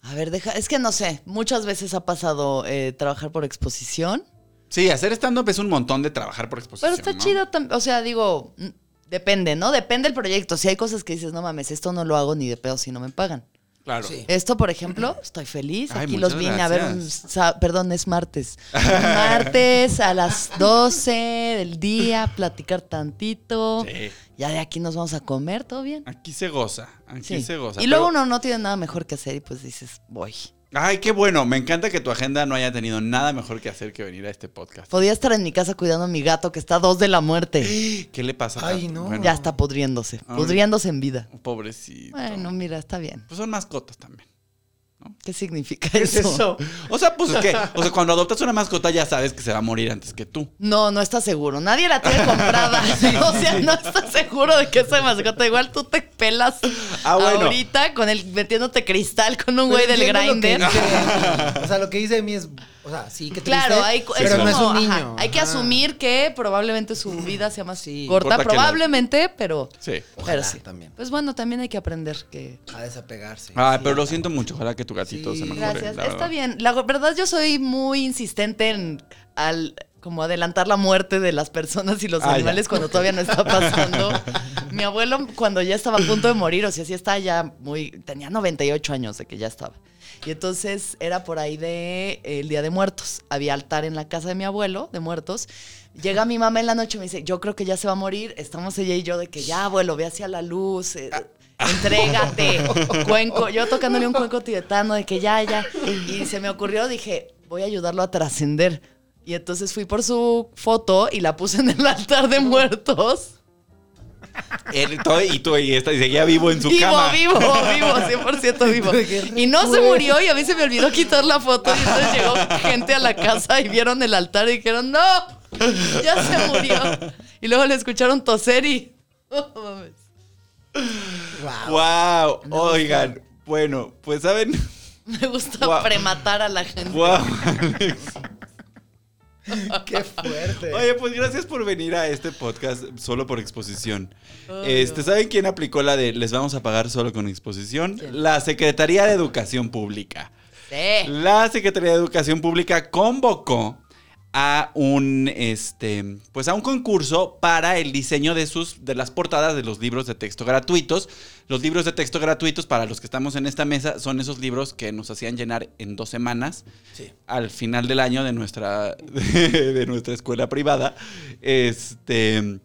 a ver, deja. Es que no sé. Muchas veces ha pasado eh, trabajar por exposición. Sí, hacer stand-up es un montón de trabajar por exposición. Pero está ¿no? chido también. O sea, digo, mm, depende, ¿no? Depende el proyecto. Si hay cosas que dices, no mames, esto no lo hago ni de pedo si no me pagan. Claro. Sí. Esto, por ejemplo, estoy feliz. Eh. Ay, Aquí muchas los vine a ver un. gracias. sa- Perdón, es martes. Un martes a las 12 del día, platicar tantito. Sí. Ya de aquí nos vamos a comer, todo bien. Aquí se goza. Aquí Sí. se goza. y luego Pero- uno no tiene nada mejor que hacer y pues dices, voy. Ay, qué bueno. Me encanta que tu agenda no haya tenido nada mejor que hacer que venir a este podcast. Podía estar en mi casa cuidando a mi gato que está a dos de la muerte. ¿Qué le pasa? Ay, Tato? no. Bueno, Ya está pudriéndose, Ay. pudriéndose en vida. Pobrecito. Bueno, mira, está bien. Pues son mascotas también. ¿Qué significa ¿Qué es eso? O sea, pues que, o sea, cuando adoptas una mascota ya sabes que se va a morir antes que tú. No, no está seguro. Nadie la tiene comprada. o sea, no está seguro de que esa mascota. Igual tú te pelas Ah, bueno. ahorita con el metiéndote cristal con un güey Pero del entiendo lo que grinder. dice. o sea, lo que dice de mí es, o sea, sí que Claro, hay, pero es no es como, un niño. ajá, hay que Ajá. asumir que probablemente su vida sea más Sí. corta, Corta que la- probablemente, pero, Sí. pero Ojalá sí. también. Pues bueno, también hay que aprender que A desapegarse. Ay, Sí. pero lo siento mucho. Ojalá que tu gatito Sí. se mejore. Gracias, la está verdad. bien. La verdad yo soy muy insistente en al como adelantar la muerte de las personas y los Ah, ya. animales cuando todavía no está pasando. Mi abuelo cuando ya estaba a punto de morir, o sea, sí está ya muy tenía 98 años de que ya estaba. Y entonces era por ahí de eh, el Día de Muertos. Había altar en la casa de mi abuelo de muertos. Llega mi mamá en la noche y me dice, "Yo creo que ya se va a morir." Estamos ella y yo de que ya, abuelo, ve hacia la luz. eh, Entrégate, cuenco. Yo tocándole un cuenco tibetano de que ya, ya. Y se me ocurrió, dije, voy a ayudarlo a trascender. Y entonces fui por su foto y la puse en el altar de muertos. Él, todo- y tú y esta y seguía vivo en su vivo, cama. vivo, vivo, 100% vivo. Y no se murió y a mí se me olvidó quitar la foto. Y entonces llegó gente a la casa y vieron el altar y dijeron, no, ya se murió. Y luego le escucharon toser y... oh, Guau. Wow. Oigan, bueno, pues saben. me gusta Guau. prematar a la gente. Wow, Alex. Qué fuerte. Oye, pues gracias por venir a este podcast solo por exposición. este, ¿saben quién aplicó la de les vamos a pagar solo con exposición? La Secretaría de Educación Pública. Sí. La Secretaría de Educación Pública convocó a un este pues a un concurso para el diseño de sus de las portadas de los libros de texto gratuitos. Los libros de texto gratuitos para los que estamos en esta mesa son esos libros que nos hacían llenar en dos semanas Sí. al final del año de nuestra de, nuestra escuela privada. Este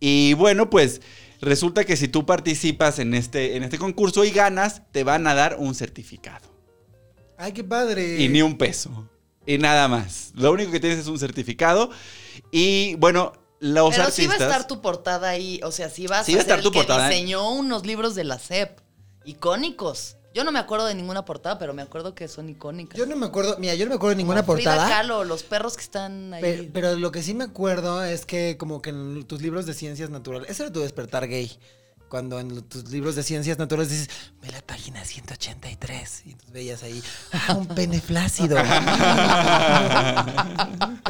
y bueno, pues resulta que si tú participas en este en este concurso y ganas, te van a dar un certificado. Ay, qué padre. Y ni un peso. Y nada más. Lo único que tienes es un certificado. Y bueno, los Pero sí va artistas. a estar tu portada ahí, o sea, sí vas Sí a, va a ser estar el tu que portada, ¿eh? diseñó unos libros de la SEP, icónicos. Yo no me acuerdo de ninguna portada, pero me acuerdo que son icónicas. Yo no me acuerdo, mira, yo no me acuerdo de ninguna Como Frida portada. Kahlo, los perros que están ahí. Pe- Pero, lo que sí me acuerdo es que como que en tus libros de ciencias naturales, ese era tu despertar gay. Cuando en tus libros de ciencias naturales dices, ve la página 183. Y entonces veías ahí, ah, un pene flácido.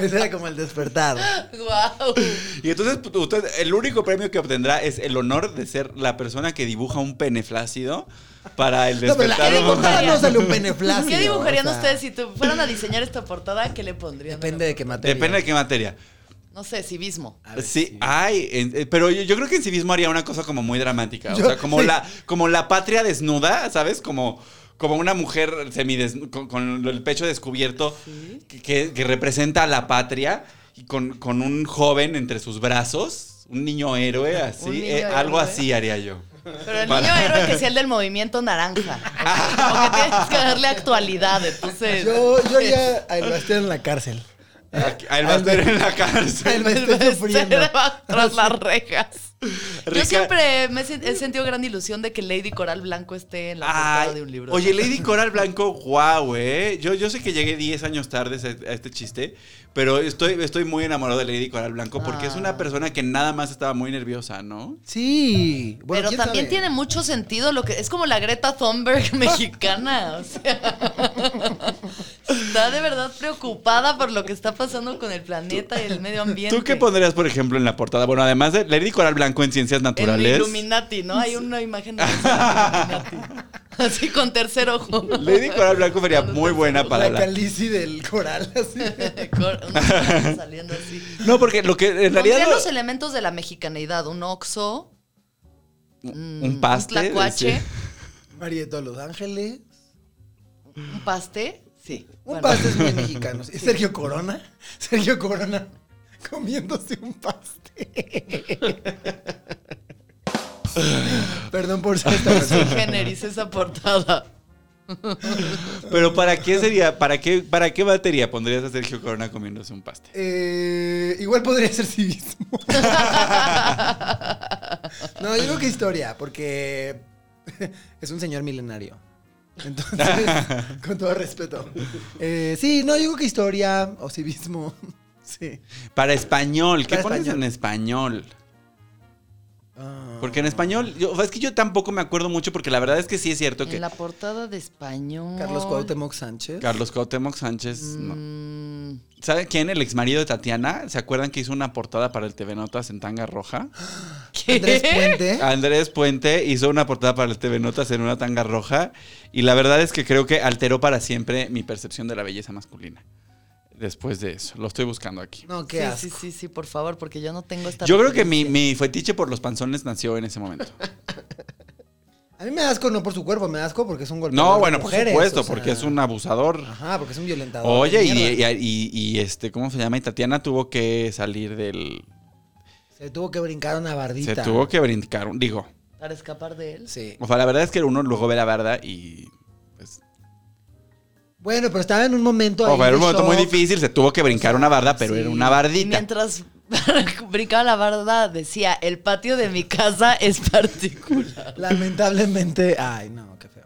ese era como el despertar. ¡Guau! Y entonces pues, usted, el único premio que obtendrá es el honor de ser la persona que dibuja un pene flácido para el No, pero la- despertar. ¿qué dibujaría? humano. no sale un pene flácido, ¿Qué dibujarían o sea. ustedes si te fueran a diseñar esta portada? ¿Qué le pondrían? Depende de qué materia. Depende de qué materia. No sé, civismo. A ver, sí, ay, en- eh, pero yo, yo creo que en sí mismo haría una cosa como muy dramática. o Yo- sea, como, sí. la, como la patria desnuda, ¿sabes? Como, como una mujer semidesnuda, con, con el pecho descubierto que- que, que representa a la patria y con, con un joven entre sus brazos, un niño héroe, así. Un niño eh, algo héroe. así haría yo. Pero el Para- niño héroe que sea el del movimiento naranja. Porque tienes que darle actualidad, entonces. Yo, yo haría a Sebastián en la cárcel. Aquí- a Él va a estar en la El cárcel. bestia sufriendo. tras las rejas. Yo Rica- siempre me he sen- he sentido gran ilusión de que Lady Coral Blanco esté en la portada Ay, de un libro. Oye, Lady Coral Blanco, guau, eh. Yo, yo sé que llegué 10 años tarde a a este chiste, pero estoy, estoy muy enamorado de Lady Coral Blanco porque es Ah. una persona que nada más estaba muy nerviosa, ¿no? Sí. Bueno, Pero ¿quién también sabe? tiene mucho sentido lo que es como la Greta Thunberg mexicana, o sea, está de verdad preocupada por lo que está pasando con el planeta y el medio ambiente. ¿Tú qué pondrías, por ejemplo, en la portada? Bueno, además de Lady Coral Blanco en Ciencias En el Naturales. Illuminati, ¿no? Hay una imagen de Illuminati. Así con tercer ojo. Lady Coral Blanco sería muy buena para La la... calici del coral, así. Cor- unos saliendo así. No, porque lo que en realidad... Pondría lo- los elementos de la mexicanidad, un oxo, mm, Un un un paste. este. tlacuache. sí. Marieto Los Ángeles. un paste. Sí. Un bueno. pastel muy mexicano. ¿Y Sergio Corona? Sergio Corona comiéndose un pastel. Perdón por ser esta Sui persona. generis esa portada. Pero ¿para qué sería? ¿Para qué, para qué batería pondrías a Sergio Corona comiéndose un paste? Eh, igual podría ser civismo. No, yo creo que historia, porque es un señor milenario. Entonces, con todo respeto. Eh, sí, no, yo creo que historia o civismo. Sí. Para español, ¿qué Para pones español. en español? Ah. Porque en español, yo- es que yo tampoco me acuerdo mucho porque la verdad es que sí es cierto que En la portada de español. Carlos Cuauhtémoc Sánchez. Carlos Cuauhtémoc Sánchez, no. Mm, ¿sabe quién? El exmarido de Tatiana, ¿se acuerdan que hizo una portada para el TV Notas en tanga roja? Andrés Puente. Andrés Puente hizo una portada para el TV Notas en una tanga roja y la verdad es que creo que alteró para siempre mi percepción de la belleza masculina. Después de eso, lo estoy buscando aquí. No, qué sí, asco. sí, sí, sí, por favor, porque yo no tengo esta. Yo creo que mi, referencia. mi fetiche por los panzones nació en ese momento. A mí me da asco no por su cuerpo, me da asco porque es un golpeador No, de bueno, por mujeres, supuesto, o sea. porque es un abusador. Ajá, porque es un violentador. Oye, de y, mierda. y- y- y, este, ¿cómo se llama? Y Tatiana tuvo que salir del. Se tuvo que brincar una bardita. Se tuvo que brincar. Digo, Para escapar de él. Sí. o sea, la verdad es que uno luego ve la verdad y. Pues, Bueno, pero estaba en un momento ahí o sea, Oh, era Pues, de un momento muy shock. difícil, se tuvo que brincar una barda, pero sí. era una Y bardita. mientras brincaba la barda, decía: el patio de mi casa es particular. Lamentablemente. Ay, no, qué feo.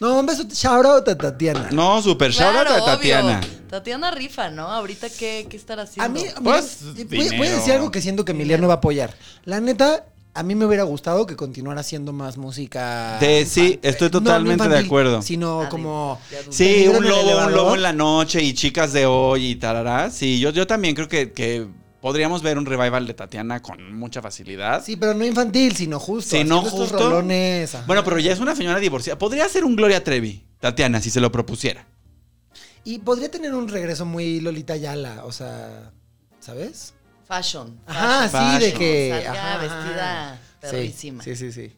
No, un beso. Shout out a Tatiana. No, super shout out a Claro, obvio. Pues Tatiana. Pues, Tatiana rifa, ¿no? Ahorita, ¿qué, qué estará haciendo? A mí, mira, eh, Pues, voy, voy a decir dinero. algo que siento que Emiliano va a apoyar. La neta, a mí me hubiera gustado que continuara haciendo más música. Te- sí, estoy No, no totalmente de infantil, acuerdo. Sino Ah, como. de adulto. Sí, peligro en un el lobo, un elevador. lobo en la noche y chicas de hoy y tarará. Sí, yo, yo también creo que, que podríamos ver un revival de Tatiana con mucha facilidad. Sí, pero no infantil, sino justo. Si no haciendo estos justo. rolones, ajá. Bueno, pero ya es una señora divorciada. Podría ser un Gloria Trevi, Tatiana, si se lo propusiera. Y podría tener un regreso muy Lolita Yala, o sea, ¿sabes? Fashion. Ajá, Fashion. sí, de que. Salga ajá, vestida ajá. perrísima. Sí, sí, sí. sí.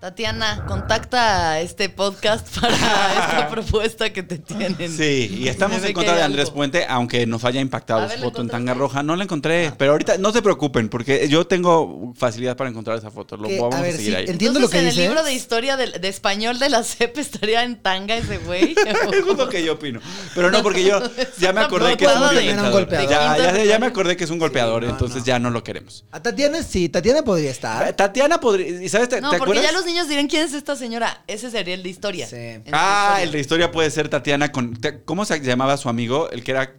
Tatiana, contacta a este podcast para esta propuesta que te tienen. Sí, y estamos Se ve en que contra hay de algo. Andrés Puente, aunque nos haya A impactado ver, su ¿la foto en tanga encontraste? roja. No la encontré, pero ahorita no se preocupen, porque yo tengo facilidad para encontrar esa foto. Lo Que, vamos a a, ver, seguir sí, ahí. enti- Entiendo lo Entonces, que en dices. el libro de historia de, de español de la CEP estaría en tanga ese güey. Eso es lo que yo opino. Pero no, porque yo ya me una acordé que es un portada de- violentador. Era un golpeador. Ya, De ya- quinta ya me acordé que es un golpeador, no, entonces no. ya no lo queremos. A Tatiana sí, Tatiana podría estar. Tatiana podría. ¿y ¿Sabes? ¿Te, No, te porque ya acuerdas? los niños dirán quién es esta señora. Ese sería el de historia. Sí. El de Ah, historia. el de historia puede ser Tatiana con. te- ¿Cómo se llamaba su amigo? El que era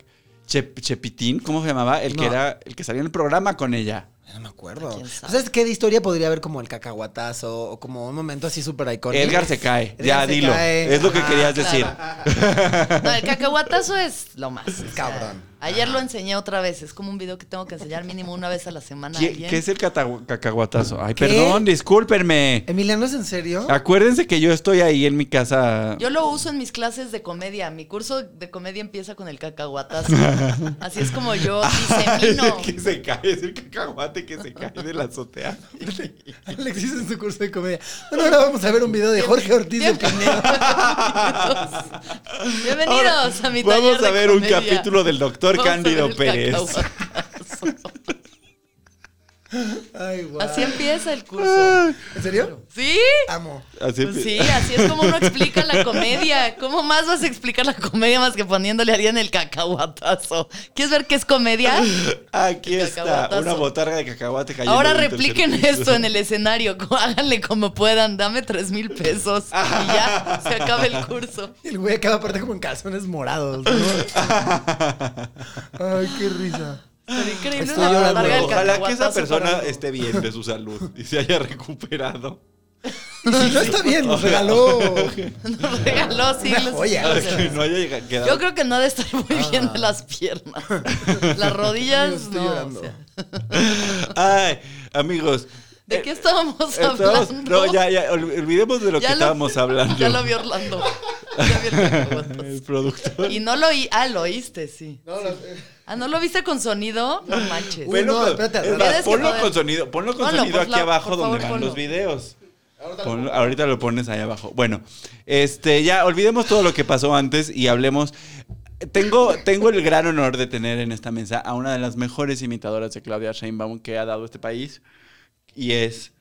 Chep- Chepitín, ¿cómo se llamaba? El que No. era. El que salía en el programa con ella. No me acuerdo. ¿Quién sabe? ¿Sabes qué de historia podría haber como el cacahuatazo o como un momento así súper icónico? Edgar se cae. Edgar ya, se dilo. cae. Es lo que Ah, querías claro. decir. No, el cacahuatazo es lo más. o sea, Cabrón. ayer lo enseñé otra vez. Es como un video que tengo que enseñar mínimo una vez a la semana. a ¿Qué, alguien. qué es el catagu- cacahuatazo? Ay, ¿Qué? perdón, discúlpenme. Emiliano, ¿es en serio? Ah. Acuérdense que yo estoy ahí en mi casa. Yo lo uso en mis clases de comedia. Mi curso de comedia empieza con el cacahuatazo. Así es como yo disemino. Ah, Es el que se cae, es el cacahuate que se cae de la azotea. Alexis en su curso de comedia. Bueno, ahora vamos a ver un video de Jorge Ortiz de Bien- Pinedo. Bienvenidos. Bienvenidos Ahora, a mi taller Vamos de a ver un comedia. capítulo del doctor Vamos a ver Cándido el Pérez. cacahuatazo. Ay, guau. Así empieza el curso. ¿En serio? ¿Sí? Amo. Ah. Así Pues empie- sí, así es como uno explica la comedia. ¿Cómo más vas a explicar la comedia más que poniéndole a alguien el cacahuatazo? ¿Quieres ver qué es comedia? Aquí está, Cacahuatazo. una botarga de cacahuate cayendo. Ahora del tercer repliquen piso. esto en el escenario. co- Háganle como puedan. Dame tres mil pesos y ya se acaba el curso. El güey acaba aparte como en calzones morados. ¿no? Ay, qué risa. Pero increíble Estoy una llorando. botarga del Ojalá que esa cacahuatazo persona para- esté bien de su salud y se haya recuperado. Y si no está bien, nos regaló. Nos regaló Una siglos. joya. y Para siglos. que no haya llega- quedado. Yo creo que no ha de estar muy Ah. bien de las piernas. Las rodillas, Amigos, estoy no. o llorando. sea, Ay, amigos. ¿De qué estábamos Eh, Estábamos- hablando? no, ya, ya, ol- olvidemos de lo Ya que lo- estábamos hablando. Ya lo vi Orlando. Ya vi el cacahuatazo. El productor. Y no lo oí. Ah, lo oíste, sí. Ah, ¿no lo viste con sonido? No manches. Uy, Velo no, con- espérate, pues, es al más, revés. ponlo Tienes que con poder- sonido, ponlo con Ponlo, sonido por aquí favor, abajo por donde favor, van ponlo. los videos. Ponlo- ahorita lo pones ahí abajo. Bueno, este, ya olvidemos todo lo que pasó antes y hablemos. Tengo, tengo el gran honor de tener en esta mesa a una de las mejores imitadoras de Claudia Sheinbaum que ha dado este país. Y es.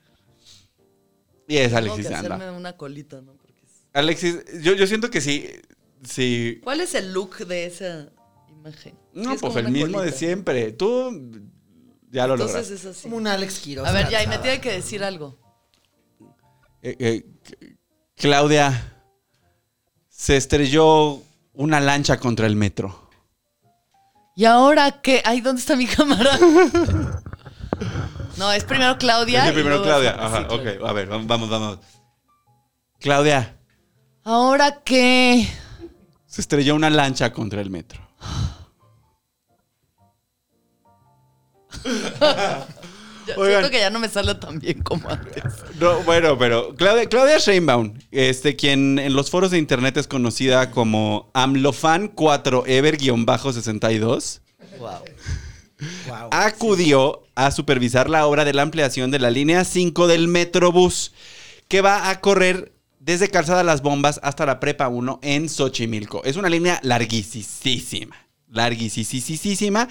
Y es Tengo Alexis que de Anda. hacerme una colita, ¿no? Porque es- Alexis, yo, yo siento que sí. Sí. ¿Cuál es el look de esa imagen? No, Sí, es pues como el una mismo de colita. siempre. Tú ya lo Entonces lograste. es así. Como un Alex Quiroz. A ver, ya, y me cansada. tiene que decir algo. Eh, eh, c- Claudia, se estrelló una lancha contra el metro. ¿Y ahora qué? Ay, ¿dónde está mi cámara? no, es primero Claudia. Dije y primero luego- Claudia. sí, Ajá, claro. ok. A ver, vam- vamos, vamos. Claudia, ¿Ahora qué? se estrelló una lancha contra el metro. Ya, Oigan. Siento que ya no me sale tan bien como antes. No, bueno, pero Claudia, Claudia Sheinbaum, este, quien en los foros de internet es conocida como AMLOFAN4EVER-62, Wow. Guau. acudió a supervisar la obra de la ampliación de la línea 5 del Metrobús, que va a correr desde Calzada Las Bombas hasta la Prepa 1 en Xochimilco. Es una línea larguisísima. Larguisísima.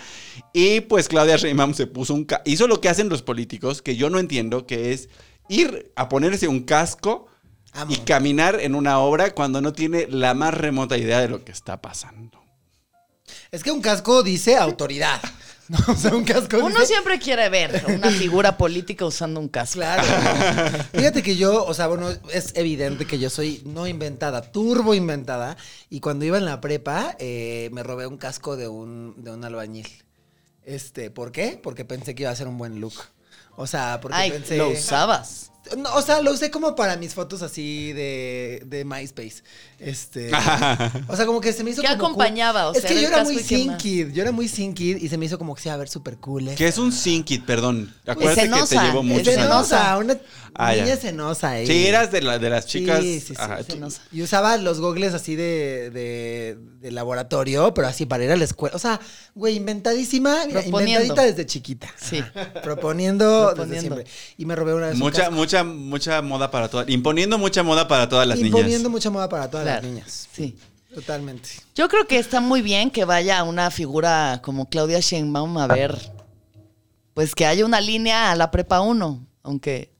Y pues Claudia Sheinbaum se puso un... ca- Hizo lo que hacen los políticos, que yo no entiendo, que es ir a ponerse un casco Amo. y caminar en una obra cuando no tiene la más remota idea de lo que está pasando. Es que un casco dice autoridad. No, o sea, un casco Uno dice- siempre quiere ver a una figura política usando un casco. Claro. Fíjate que yo, o sea, bueno, es evidente que yo soy no inventada, turbo inventada. Y cuando iba en la prepa, eh, me robé un casco de un, de un albañil. Este, ¿por qué? Porque pensé que iba a ser un buen look. O sea, porque Ay, pensé. lo usabas. No, o sea, lo usé como para mis fotos así de, de MySpace. Este. o sea, como que se me hizo ¿Qué como cool. acompañaba? O es sea, que era yo el era casco muy y qué sin más. kid. Yo era muy sin kid y se me hizo como que se iba a ver ¿eh? súper cool. Que es un sinkit, perdón. Acuérdate que te cenosa, llevo es mucho. Cenosa, una Ah, ya. niña cenosa. eh. Sí, eras de, la, de las chicas. Sí, sí, sí, ajá, tú- cenosa. Y usaba los gogles así de, de, de laboratorio, pero así para ir a la escuela. O sea, güey, inventadísima, mira, Proponiendo. inventadita desde chiquita. Sí. Proponiendo, desde Proponiendo. siempre. Y me robé una vez un mucha, casco. mucha, mucha moda para todas. Imponiendo mucha moda para todas las imponiendo niñas. mucha moda para todas Claro. las niñas. Sí. Totalmente. Yo creo que está muy bien que vaya una figura como Claudia Sheinbaum a ver, pues que haya una línea a la prepa 1, aunque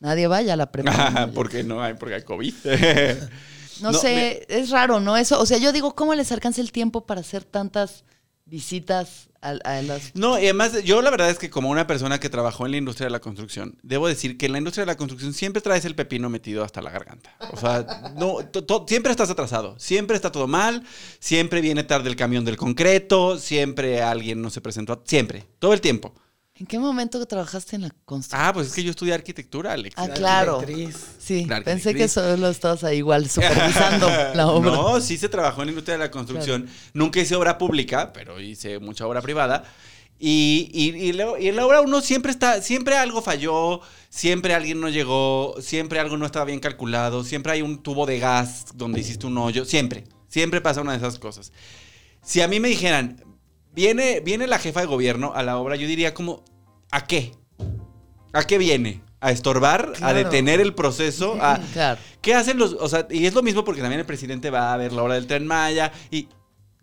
nadie vaya a la prepa 1. porque no hay, porque hay COVID. No, No, sé, es raro, ¿no? Eso, o sea, yo digo, ¿cómo les alcanza el tiempo para hacer tantas visitas a, a las... No, y además, yo la verdad es que como una persona que trabajó en la industria de la construcción, debo decir que en la industria de la construcción siempre traes el pepino metido hasta la garganta. O sea, no, to- to- siempre estás atrasado, siempre está todo mal, siempre viene tarde el camión del concreto, siempre alguien no se presentó, a- siempre, todo el tiempo. ¿En qué momento trabajaste en la construcción? Ah, pues es que yo estudié arquitectura, Alex. Ah, claro. Actriz. Sí, Claro que pensé sí. que solo estabas ahí igual supervisando la obra. No, sí se trabajó en la industria de la construcción. Nunca hice obra pública, pero hice mucha obra privada. Y, y- y luego- y en la obra uno siempre está, siempre algo falló, siempre alguien no llegó, siempre algo no estaba bien calculado, siempre hay un tubo de gas donde hiciste un hoyo, siempre, siempre pasa una de esas cosas. Si a mí me dijeran, viene, viene la jefa de gobierno a la obra, yo diría como, ¿a qué? ¿A qué viene? ¿A estorbar? ¿A Claro. detener el proceso? ¿A, Claro. ¿Qué hacen los.? O sea, y es lo mismo porque también el presidente va a ver la hora del tren Maya. ¿Y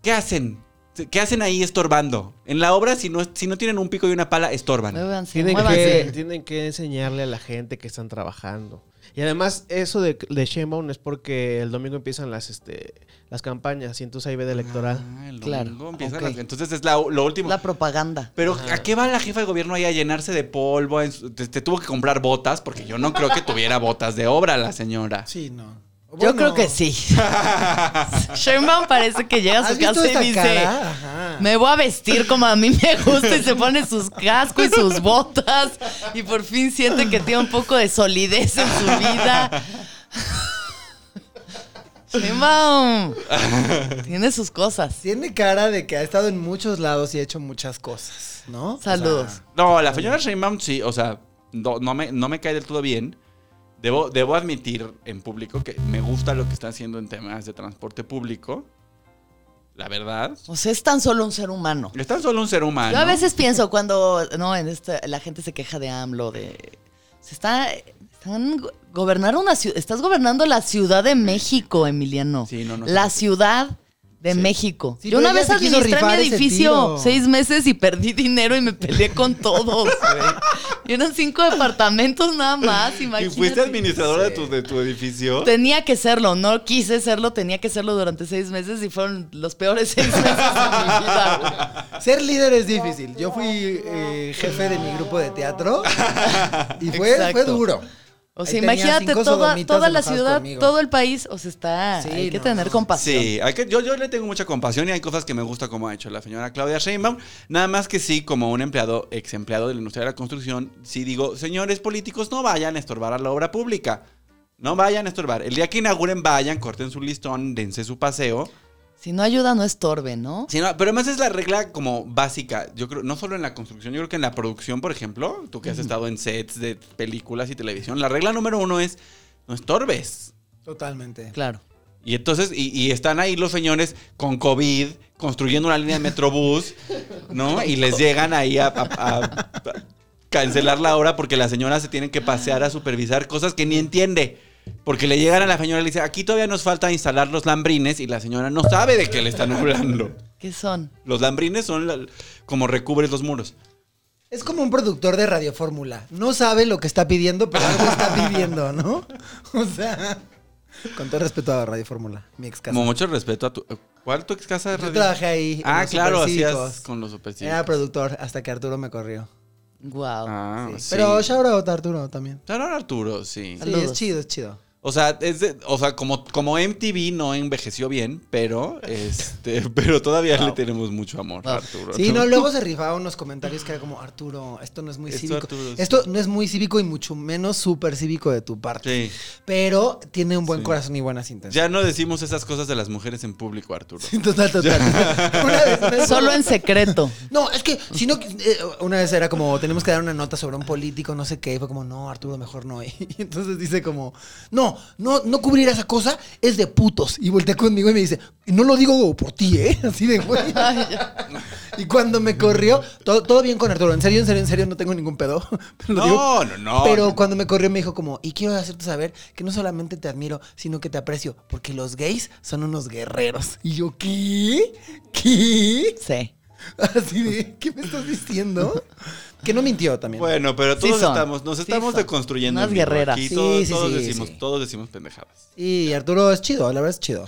qué hacen? ¿Qué hacen ahí estorbando? En la obra, si no, si no tienen un pico y una pala, estorban. Muévanse, Tienen muévanse. que, tienen que enseñarle a la gente que están trabajando. Y además, eso de, de Sheinbaum es porque el domingo empiezan las, este, las campañas y entonces ahí ve de electoral. Ah, el Claro, domingo empiezan ok. las- Entonces es la- lo último. La propaganda. Pero ¿a qué va la jefa de gobierno ahí a llenarse de polvo? En su- Te, te tuvo que comprar botas porque yo no creo que tuviera botas de obra la señora. Sí, no. Yo creo que sí. Sheinbaum parece que llega a ¿Has su visto casa y esta dice... cara? Ajá. Me voy a vestir como a mí me gusta y se pone sus cascos y sus botas y por fin siente que tiene un poco de solidez en su vida. Sheinbaum tiene sus cosas. Tiene cara de que ha estado en muchos lados y ha hecho muchas cosas, ¿no? Saludos. No, la señora Sheinbaum sí, o sea, no, no me, no me cae del todo bien. Debo, debo admitir en público que me gusta lo que está haciendo en temas de transporte público. La verdad. O sea, es tan solo un ser humano. Es tan solo un ser humano. Yo a veces pienso cuando no en este, la gente se queja de AMLO de se está están go- gobernar una ciudad, estás gobernando la Ciudad de México, Emiliano. Sí, no, no. la ciudad de Sí. México. Sí, Yo pero una vez ella se quiso administré mi rifar ese edificio tiro. seis meses y perdí dinero y me peleé con todos. güey. y eran cinco departamentos nada más, ¿Y imagínate. fuiste administradora de, tu, de tu edificio? Tenía que serlo, no quise serlo, tenía que serlo durante seis meses y fueron los peores seis meses de mi vida. güey. Ser líder es difícil. Yo fui eh, jefe de mi grupo de teatro y fue, fue Exacto. duro. O Ahí sea, tenía imagínate cinco toda, sodomitas toda la enojadas ciudad, conmigo. todo el país. O sea, está. Sí, hay que no, tener no. compasión. Sí, hay que- yo, yo le tengo mucha compasión y hay cosas que me gusta como ha hecho la señora Claudia Sheinbaum. Nada más que sí, como un empleado, ex empleado de la industria de la construcción, sí digo, señores políticos, no vayan a estorbar a la obra pública. No vayan a estorbar. El día que inauguren, vayan, corten su listón, dense su paseo. Si no ayuda, no estorbe, ¿no? Sí, no, pero además es la regla como básica. Yo creo, no solo en la construcción, yo creo que en la producción, por ejemplo, tú que has estado en sets de películas y televisión, la regla número uno es no estorbes. Totalmente. Claro. Y entonces, y, y están ahí los señores con COVID, construyendo una línea de metrobús, ¿no? Y les llegan ahí a, a- a- a cancelar la hora porque la señora se tiene que pasear a supervisar cosas que ni entiende. Porque le llegan a la señora y le dicen, aquí todavía nos falta instalar los lambrines y la señora no sabe de qué le están hablando. ¿Qué son? Los lambrines son la- como recubres los muros. Es como un productor de Radio Fórmula. No sabe lo que está pidiendo, pero algo está pidiendo, ¿no? O sea, con todo respeto a Radio Fórmula, mi ex casa. Como mucho respeto a tu... ¿Cuál tu ex casa de Yo radio? trabajé ahí. en Ah, los claro, supercívicos. hacías con los supercívicos. Era productor hasta que Arturo me corrió. Wow. Ah, sí. Pero shout out a Arturo también. Claro, Arturo, sí. Sí, Saludos. es chido, es chido. O sea, es de- o sea como, como MTV no envejeció bien, pero este, pero todavía le tenemos mucho amor a Arturo. Sí, ¿no? no, luego se rifaba unos comentarios que era como, Arturo, esto no es muy Esto, cívico. Arturo, sí. Esto no es muy cívico y mucho menos súper cívico de tu parte. Sí. Pero tiene un buen Sí. corazón y buenas intenciones. Ya no decimos esas cosas de las mujeres en público, Arturo. Total, total. Una vez me- Solo en secreto. No, es que si no, eh, una vez era como, tenemos que dar una nota sobre un político, no sé qué, y fue como, no, Arturo, mejor no. eh. Y entonces dice como, no, no, no cubrir esa cosa es de putos. Y voltea conmigo y me dice, no lo digo por ti, ¿eh? Así de güey. y cuando me corrió, todo, todo bien con Arturo, en serio, en serio, en serio, no tengo ningún pedo. Lo No, digo. no, no. Pero cuando me corrió me dijo como, y quiero hacerte saber que no solamente te admiro, sino que te aprecio, porque los gays son unos guerreros. Y yo, ¿qué? ¿Qué? Sí. Así de, ¿qué me estás diciendo? Que no mintió también. Bueno, pero Sí todos son. estamos, nos Sí estamos son. deconstruyendo. Unas en vivo guerreras. Aquí Sí, todos, sí, todos sí, decimos, sí. todos decimos pendejadas. Y Arturo es chido, la verdad es chido.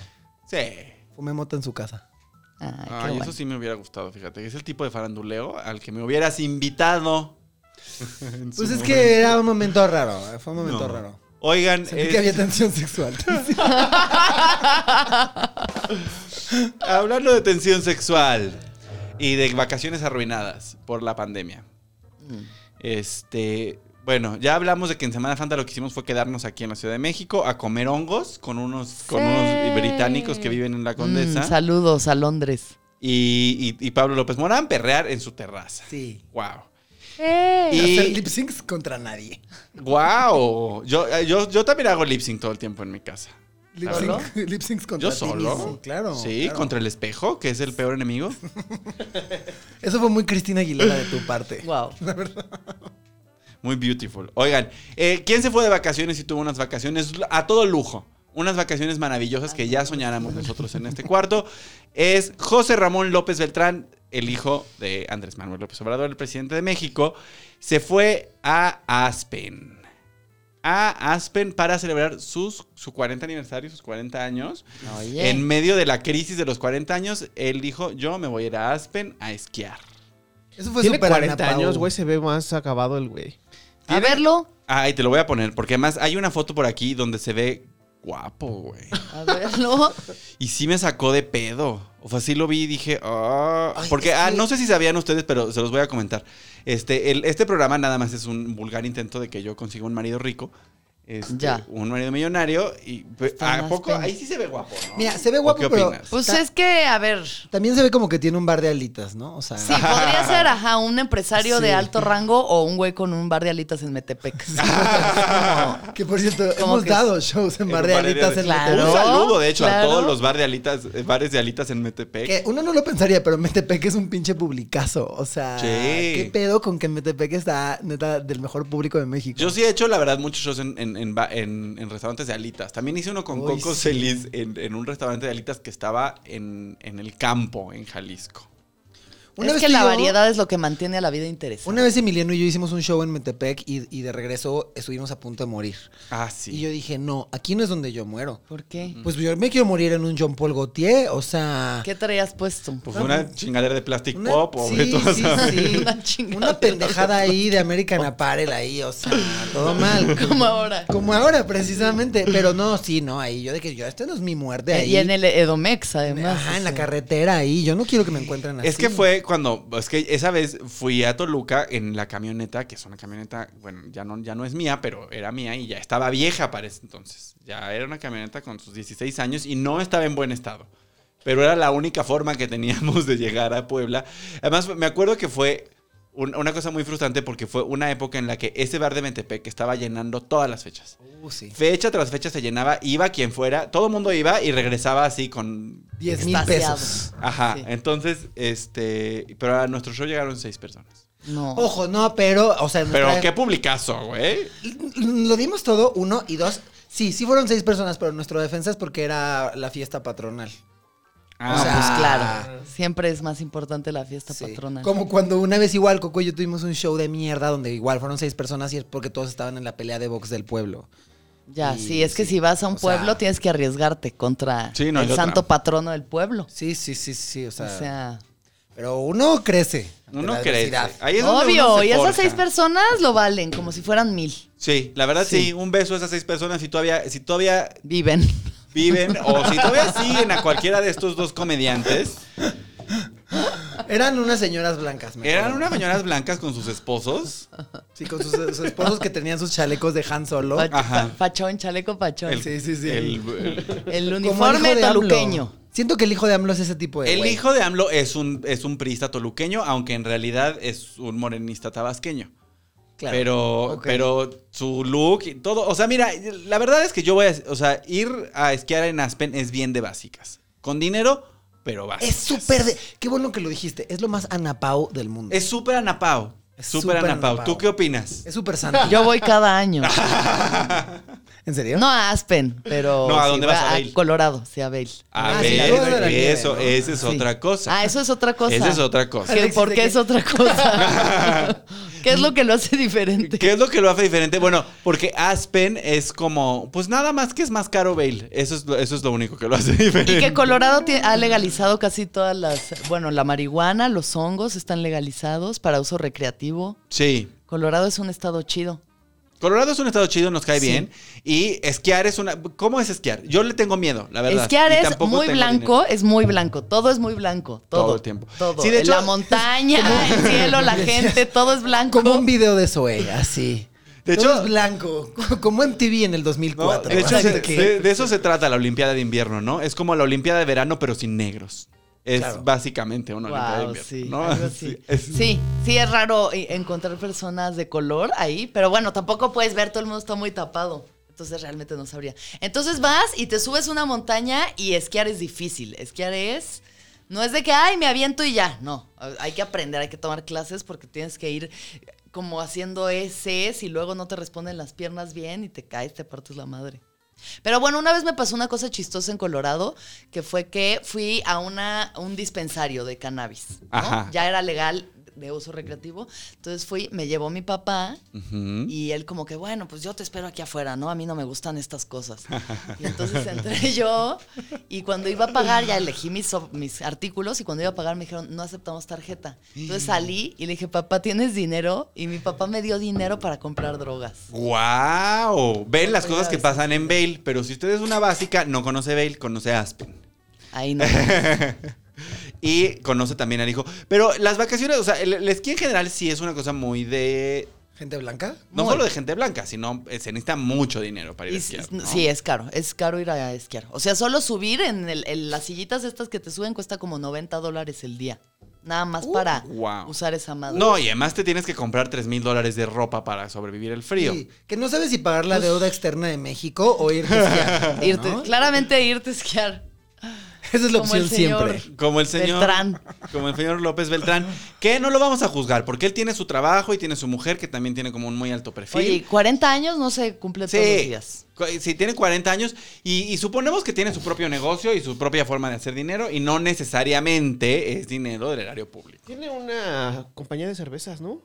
Sí. Fumé mota en su casa. Ay, Ah, qué Ay, bueno. eso sí me hubiera gustado, fíjate. Es el tipo de faranduleo al que me hubieras invitado. En su Pues es momento. que era un momento raro, eh, fue un No. momento raro. Oigan, Sentí este- que había tensión sexual. Hablando de tensión sexual y de vacaciones arruinadas por la pandemia. Mm. Este, bueno, ya hablamos de que en Semana Santa lo que hicimos fue quedarnos aquí en la Ciudad de México a comer hongos con unos, con Sí. unos británicos que viven en la Condesa Mm, saludos a Londres. y, y- y Pablo López Morán perrear en su terraza. Sí. Wow. Y hacer Y lip syncs contra nadie. wow, yo, eh, yo, yo también hago lip sync todo el tiempo en mi casa. Lip, ¿Solo? sync, lip syncs contra Yo ti solo. mismo, claro. Sí, claro. contra el espejo, que es el peor enemigo. Eso fue muy Cristina Aguilera de tu parte. Wow. Muy beautiful. Oigan, eh, ¿quién se fue de vacaciones y tuvo unas vacaciones a todo lujo? unas vacaciones maravillosas que ya soñáramos nosotros en este cuarto, es José Ramón López Beltrán, el hijo de Andrés Manuel López Obrador, el presidente de México, se fue a Aspen. A Aspen para celebrar sus, su 40 aniversario, sus 40 años. Oye. En medio de la crisis de los 40 años, él dijo, yo me voy a ir a Aspen a esquiar. Eso fue Tiene súper 40 Ana Pau. años, güey, se ve más acabado el güey. A verlo. Ay, te lo voy a poner, porque además hay una foto por aquí donde se ve guapo, güey. A verlo. Y sí me sacó de pedo. O sea, sí lo vi y dije, ah. Ay, porque, es ah, que- no sé si sabían ustedes, pero se los voy a comentar. Este, el- este programa nada más es un vulgar intento de que yo consiga un marido rico. Este, Ya. Un marido millonario. Y pues, Está ¿a más poco? pena. Ahí sí se ve guapo, ¿no? Mira, se ve ¿O guapo, ¿Qué pero- opinas? Pues Está- es que, a ver. También se ve como que tiene un bar de alitas, ¿no? O sea, Sí, Ah. podría ser, ajá, un empresario Sí. de alto rango o un güey con un bar de alitas en Metepec. que por cierto, Como hemos que- dado shows en En bar de un bar de alitas en alitas. Metepec. un Claro, saludo, de hecho, a claro. todos los bar de alitas, eh, bares de alitas en Metepec. Que uno no lo pensaría, pero Metepec es un pinche publicazo. O sea, Sí. ¿qué pedo con que Metepec está neta del mejor público de México? Yo sí he hecho, la verdad, muchos shows en, en- en ba- en- en restaurantes de alitas. También hice uno con Uy, Coco sí. Celis en, en un restaurante de alitas que estaba en, en el campo, en Jalisco. es que tú y la yo- variedad es lo que mantiene a la vida interesante. Una vez Emiliano y yo hicimos un show en Metepec y, y de regreso estuvimos a punto de morir. Ah, sí. Mm. Y yo dije, no, aquí no es donde yo muero. ¿Por qué? Pues yo me quiero morir en un Jean Paul Gaultier, o sea... ¿Qué traías puesto? Pues una chingadera de plastic una- pop o de sí, todas sí, esas- sí. Una chingadera. Una pendejada ahí de American Apparel ahí, o sea, todo mal. Como ahora. Como ahora, precisamente. Pero no, sí, no, ahí yo de que yo, esta no es mi muerte ahí. Eh, Y en el Edomex, además. Ajá, en o la sea. carretera ahí. Yo no quiero que me encuentren así. Es que fue cuando, es que esa vez fui a Toluca en la camioneta, que es una camioneta, bueno, ya no, ya no es mía, pero era mía y ya estaba vieja para ese entonces. Ya era una camioneta con sus 16 años y no estaba en buen estado. Pero era la única forma que teníamos de llegar a Puebla. Además, me acuerdo que fue un- una cosa muy frustrante porque fue una época en la que ese bar de Metepec estaba llenando todas las fechas. Uh, sí. Fecha tras fecha se llenaba, iba quien fuera, todo el mundo iba y regresaba así con 10 mil Extasiado. pesos. Ajá, Sí. entonces, este, pero a nuestro show llegaron seis personas. No. Ojo, no, pero, o sea, Pero nuestra- qué publicazo, güey. lo dimos todo, uno y dos. Sí, sí fueron seis personas, pero nuestra defensa es porque era la fiesta patronal. Ah, O sea, pues, pues claro. Siempre es más importante la fiesta Sí. patrona. Como cuando una vez igual Coco y yo tuvimos un show de mierda donde igual fueron seis personas y es porque todos estaban en la pelea de box del pueblo. Ya, Y sí, es que sí, si vas a un o sea- pueblo tienes que arriesgarte contra Sí, no hay el otra. santo patrono del pueblo. Sí, sí, sí, sí, o sea. O sea, pero uno crece. ante uno la crece. adversidad. Ahí es donde uno obvio, se y forja. esas seis personas lo valen como si fueran mil. Sí, la verdad sí. un beso a esas seis personas si todavía, si todavía Viven. viven o si todavía siguen a cualquiera de estos dos comediantes. Eran unas señoras blancas, me Eran acuerdo. unas mañanas blancas con sus esposos. Sí, con sus, sus esposos que tenían sus chalecos de Han Solo. Pach- Ajá. pa- pachón, chaleco pachón. El- El, Sí, sí, sí. El, el- Como el uniforme hijo de AMLO. toluqueño. Siento que el hijo de AMLO es ese tipo de el güey. hijo de AMLO es un, es un priista toluqueño, aunque en realidad es un morenista tabasqueño. Claro. Pero, Ok. pero su look y todo. O sea, mira, la verdad es que yo voy a. O sea, ir a esquiar en Aspen es bien de básicas. Con dinero, pero básicas. Es súper de... Qué bueno que lo dijiste. Es lo más anapau del mundo. Es súper anapao. Es Súper súper anapao. anapao. ¿Tú qué opinas? Es súper santo. Yo voy cada año. ¿En serio? No a Aspen, pero. No, ¿a dónde voy vas? ¿A Vail? Colorado, sí, a Bale. A Ah, sí, ver, la duda de la nieve, eso, ¿no? esa es otra cosa. Ah, eso es otra cosa. Esa es otra cosa. Que, Alexis, ¿Por ¿de qué qué? es otra cosa? ¿Qué es lo que lo hace diferente? ¿Qué es lo que lo hace diferente? Bueno, porque Aspen es como, pues nada más que es más caro Bale. Eso es, lo- eso es lo único que lo hace diferente. Y que Colorado tie- ha legalizado casi todas las. Bueno, la marihuana, los hongos están legalizados para uso recreativo. Sí. Colorado es un estado chido. Colorado es un estado chido, nos cae Sí. bien. Y esquiar es una. ¿Cómo es esquiar? Yo le tengo miedo, la verdad. Esquiar Y es tampoco muy tengo blanco, dinero. es muy blanco. Todo es muy blanco. Todo, Todo el tiempo. Todo. Sí, de hecho- la montaña, el cielo, la gente, todo es blanco. Como un video de Zoe, así. De De hecho- hecho, blanco, como MTV en el No, 2004. de hecho, así se- que- se- de eso se trata la Olimpiada de Invierno, ¿no? Es como la Olimpiada de Verano, pero sin negros. Es Claro. básicamente una Olimpiada de Wow, Invierno. sí, ¿no? algo así. Sí, es- sí, sí, es raro eh, encontrar personas de color ahí, pero bueno, tampoco puedes ver, todo el mundo está muy tapado. Entonces realmente no sabría. Entonces vas y te subes una montaña y esquiar es difícil. Esquiar es. No es de que, ay, me aviento y ya. No. Hay que aprender, hay que tomar clases porque tienes que ir como haciendo ese y luego no te responden las piernas bien y te caes, te partes la madre. Pero bueno, una vez me pasó una cosa chistosa en Colorado, que fue que fui a una, a un dispensario de cannabis. ¿no? Ajá. Ya era legal de uso recreativo. Entonces fui, me llevó mi papá y él como que, bueno, pues yo te espero aquí afuera, ¿no? A mí no me gustan estas cosas. Y entonces entré yo y cuando iba a pagar ya elegí mis, so- mis artículos y cuando iba a pagar me dijeron, no aceptamos tarjeta. Entonces salí y le dije, papá, ¿tienes dinero? Y mi papá me dio dinero para comprar drogas. ¡Wow! Ven las cosas que pasan en Bale, pero si usted es una básica, no conoce Bale, conoce Aspen. Ahí no. y conoce también al hijo. Pero las vacaciones, o sea, el, el esquí en general sí es una cosa muy de. ¿Gente blanca? No Muy. solo de gente blanca, sino eh, se necesita mucho dinero para ir a Y esquiar. s- ¿no? Sí, es caro. Es caro ir a esquiar. O sea, solo subir en, el- en las sillitas estas que te suben cuesta como 90 dólares el día. Nada más Uh, para wow. usar esa madre. No, y además te tienes que comprar 3 mil dólares de ropa para sobrevivir el frío. Pues Sí, que no sabes si pagar la deuda externa de México o irte a esquiar, ¿no? Irte- Claramente irte a esquiar. Esa es la como el opción señor. siempre. Como el señor. Beltrán. Como el señor López Beltrán. Que no lo vamos a juzgar, porque él tiene su trabajo y tiene su mujer, que también tiene como un muy alto perfil. Oye, 40 años no se cumple todos los días. Cu- Sí, tiene 40 años y, y suponemos que tiene su propio negocio y su propia forma de hacer dinero y no necesariamente es dinero del erario público. Tiene una compañía de cervezas, ¿no?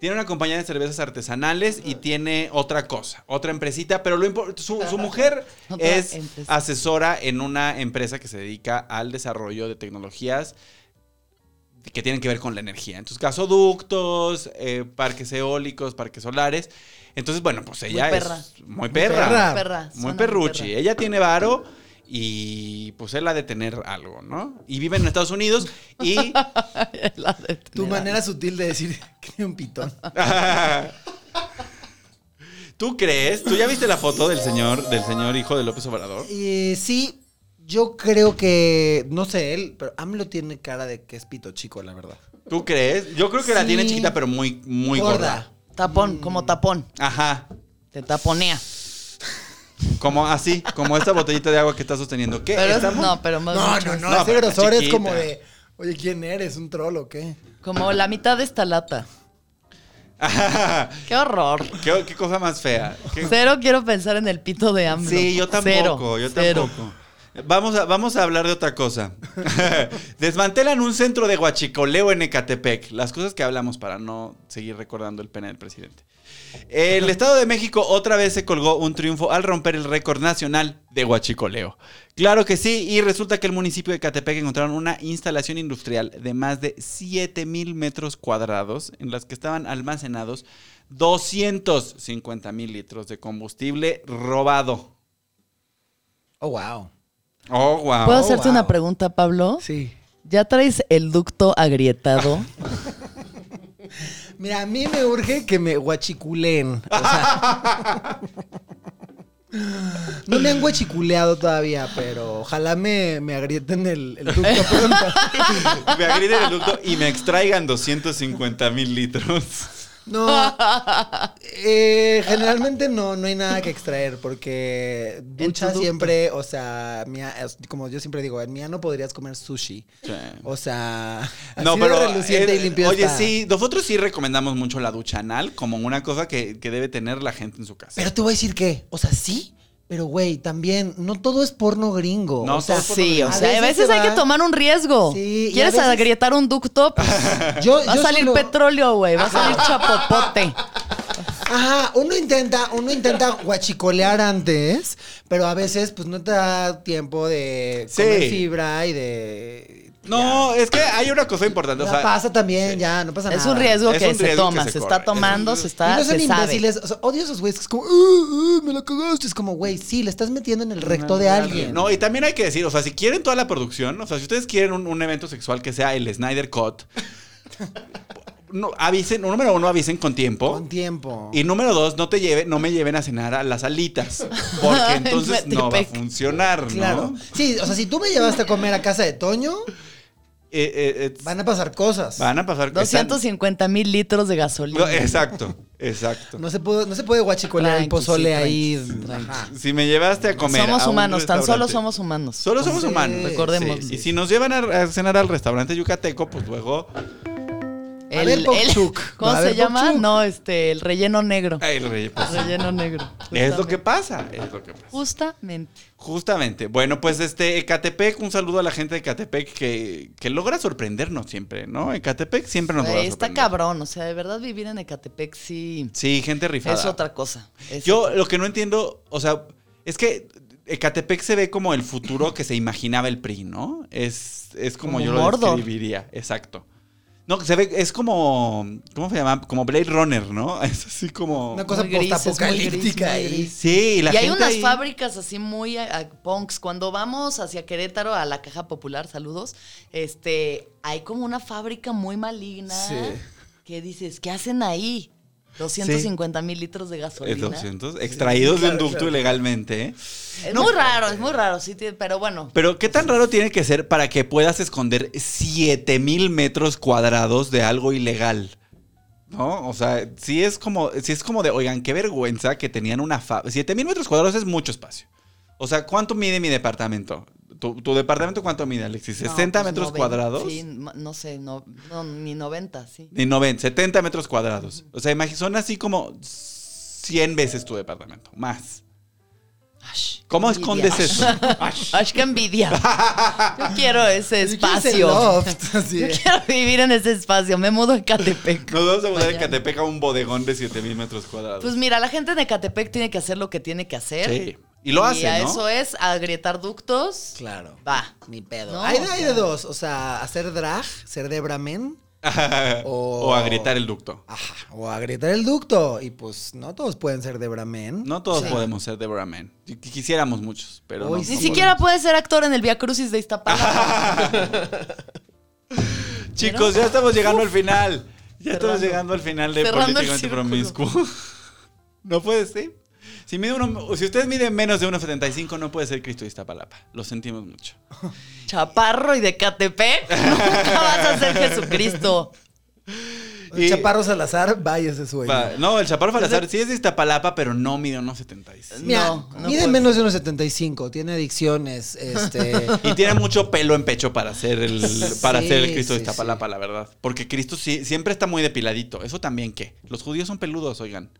Tiene una compañía de cervezas artesanales y tiene otra cosa, otra empresita, pero lo impor- su, su mujer Otra es empresa. asesora en una empresa que se dedica al desarrollo de tecnologías que tienen que ver con la energía. Entonces, gasoductos, eh, parques eólicos, parques solares. Entonces, bueno, pues ella perra. es muy perra. perra. Perra, suena Muy muy perruchi. perra. Ella tiene varo y pues él ha de tener algo, ¿no? Y vive en Estados Unidos y... La de tener Tu algo. manera sutil de decir que tiene un pitón. ¿Tú crees? ¿Tú ya viste la foto del señor, del señor hijo de López Obrador? Eh, sí, yo creo que, no sé él, pero AMLO tiene cara de que es pito chico, la verdad. ¿Tú crees? Yo creo que la Sí. tiene chiquita, pero muy, muy gorda. Tapón, Mm. como tapón. Ajá. Te taponea. Como así, como esta botellita de agua que está sosteniendo. ¿Qué? Pero, Estamos- no, pero más No, mucho no, es no, No, ese pero grosor es chiquita. como de, oye, ¿quién eres? ¿Un troll o qué? Como la mitad de esta lata. Ajá. Qué horror. ¿Qué, qué cosa más fea? ¿Qué- Cero quiero pensar en el pito de hambre. Sí, yo tampoco, yo cero. tampoco. Vamos a, vamos a hablar de otra cosa. Desmantelan un centro de guachicoleo en Ecatepec. Las cosas que hablamos para no seguir recordando el pena del presidente. El Estado de México otra vez se colgó un triunfo al romper el récord nacional de huachicoleo. Claro que sí, y resulta que el municipio de Catepec encontraron una instalación industrial de más de 7 mil metros cuadrados en las que estaban almacenados 250 mil litros de combustible robado. Oh, wow. Oh, wow. ¿Puedo Oh, hacerte wow. una pregunta, Pablo? Sí. ¿Ya traes el ducto agrietado? Mira, a mí me urge que me guachiculeen. O sea, no me han guachiculeado todavía, pero ojalá me, me agrieten el, el ducto pronto. Pues, Me agriden el ducto y me extraigan 250 mil litros. No. eh, generalmente no, no hay nada que extraer porque ducha ducto. siempre, o sea, mía, es- como yo siempre digo, en mía no podrías comer sushi. O sea, No, así de pero. reluciente eh, y limpio oye, está. sí, nosotros sí recomendamos mucho la ducha anal como una cosa que, que debe tener la gente en su casa. Pero te voy a decir que, o sea, sí, pero güey, también no todo es porno gringo. No, o sea, todo es porno Sí, o A sea, a veces veces se hay va. que tomar un riesgo. Sí, y ¿Quieres a veces- agrietar un ducto? Pues, yo, va a yo salir solo- petróleo, güey. Va a salir chapopote. Ajá, uno intenta, uno intenta guachicolear antes, pero a veces pues no te da tiempo de Sí. comer fibra y de No, es que hay una cosa importante. O Ya sea, eh, pasa también, ya, no pasa nada. Es un riesgo Es que un se riesgo que toma, se se, corre. está Es tomando, un- se Y está. no son se sabe. imbéciles. O sea, odio a esos güeyes que es como, "Uh, uh, me la cagaste. Es como, güey, sí, le estás metiendo en el recto de alguien. No, y también hay que decir, o sea, si quieren toda la producción, o sea, si ustedes quieren un, un evento sexual que sea el Snyder Cut, no, avisen, número uno, avisen con tiempo. Con tiempo. Y número dos, no te lleven, no me lleven a cenar a las alitas. Porque entonces no va a funcionar, ¿no? Claro. Sí, o sea, si tú me llevaste a comer a casa de Toño, Eh, eh, eh, van a pasar cosas. van a pasar están- 250 mil litros de gasolina. No, exacto, exacto. No se puede, no se puede guachicolear el Tranqui, pozole sí, ahí. tranqui, tranqui. Ajá. Si me llevaste a comer. somos a un humanos, tan solo restaurante- somos humanos. Solo somos Sí, humanos. recordemos. Sí, Y si nos llevan a, a cenar al restaurante yucateco, pues luego A ver, Popchuk. ¿Cómo A se ver, llama? Popchuk. No, este, el relleno negro. Ay, el rey, pues, Relleno negro. es lo justamente. que pasa, es lo que pasa. Justamente. Justamente. Bueno, pues este, Ecatepec, un saludo a la gente de Ecatepec que, que logra sorprendernos siempre, ¿no? Ecatepec siempre nos logra Güey, está sorprender. cabrón, o sea, de verdad vivir en Ecatepec sí Sí, gente rifada. es otra cosa. Es Yo otra- lo que no entiendo, o sea, es que Ecatepec se ve como el futuro que se imaginaba el PRI, ¿no? Es, es como, Como yo lo Mordor. describiría, exacto. No, se ve, es como, ¿cómo se llama? Como Blade Runner, ¿no? Es así como... Una cosa Muy gris, es muy postapocalíptica gris, muy ahí. gris. Sí, y la y hay gente unas ahí- fábricas así muy a- a punks. Cuando vamos hacia Querétaro a la Caja Popular, saludos, este, hay como una fábrica muy maligna Sí. que dices, ¿qué hacen ahí? 250 mil litros de Eh, gasolina. 200, extraídos de un ducto ilegalmente, ¿eh? Es muy raro, es muy raro, sí, tiene- pero bueno. Pero ¿qué tan raro tiene que ser para que puedas esconder 7000 metros cuadrados de algo ilegal? ¿No? O sea, sí es como, sí es como de, oigan, qué vergüenza que tenían una fa... 7000 metros cuadrados es mucho espacio. O sea, ¿cuánto mide mi departamento? ¿Tu, tu departamento cuánto mide, Alexis? No, ¿60 pues, metros 90, cuadrados? Sí, no no sé, no, no, ni 90, sí. Ni 90, 70 metros cuadrados. O sea, imagi- son así como 100 veces tu departamento, más. Ash, ¿Cómo qué escondes envidia. eso? Ash, qué envidia. Yo quiero ese Yo quiero ese espacio. loft, así. Yo quiero vivir en ese espacio. Me mudo a Catepec. Nos vamos a mudar de Mañana. Catepec a un bodegón de 7000 metros cuadrados. Pues mira, la gente de Catepec tiene que hacer lo que tiene que hacer. Sí. Y lo hace, a ¿no? eso es agrietar ductos. Claro. Va. Ni pedo. No, hay, o hay sea. de dos. O sea, hacer drag, ser de Bramen. o agrietar el ducto. Ajá. O agrietar el ducto. Y pues no todos pueden ser de Bramen. No todos Sí. podemos ser Deborah Mann. Qu- Quisiéramos muchos, pero no- Uy, no Ni ¿Cómo siquiera podemos. puede ser actor en el Via Crucis de Iztapalapa. Chicos, ya estamos llegando al final. Ya estamos Cerrando. llegando al final de Cerrando el Políticamente círculo. Promiscuo. no puede ser. Si, mide uno- o si ustedes miden menos de 1,75, no puede ser Cristo de Iztapalapa. Lo sentimos mucho. Chaparro y de Catepec. Nunca vas a ser Jesucristo. Y- Chaparro Salazar, vaya ese sueño. Va- no, el Chaparro Falazar sí es de Iztapalapa, pero no mide 1,75. Mira, No, no mide puede menos de unos 75, tiene adicciones, este... Y tiene mucho pelo en pecho para ser el, para Sí, ser el Cristo de sí, Iztapalapa, la verdad. Porque Cristo sí- siempre está muy depiladito. Eso también, ¿qué? Los judíos son peludos, oigan,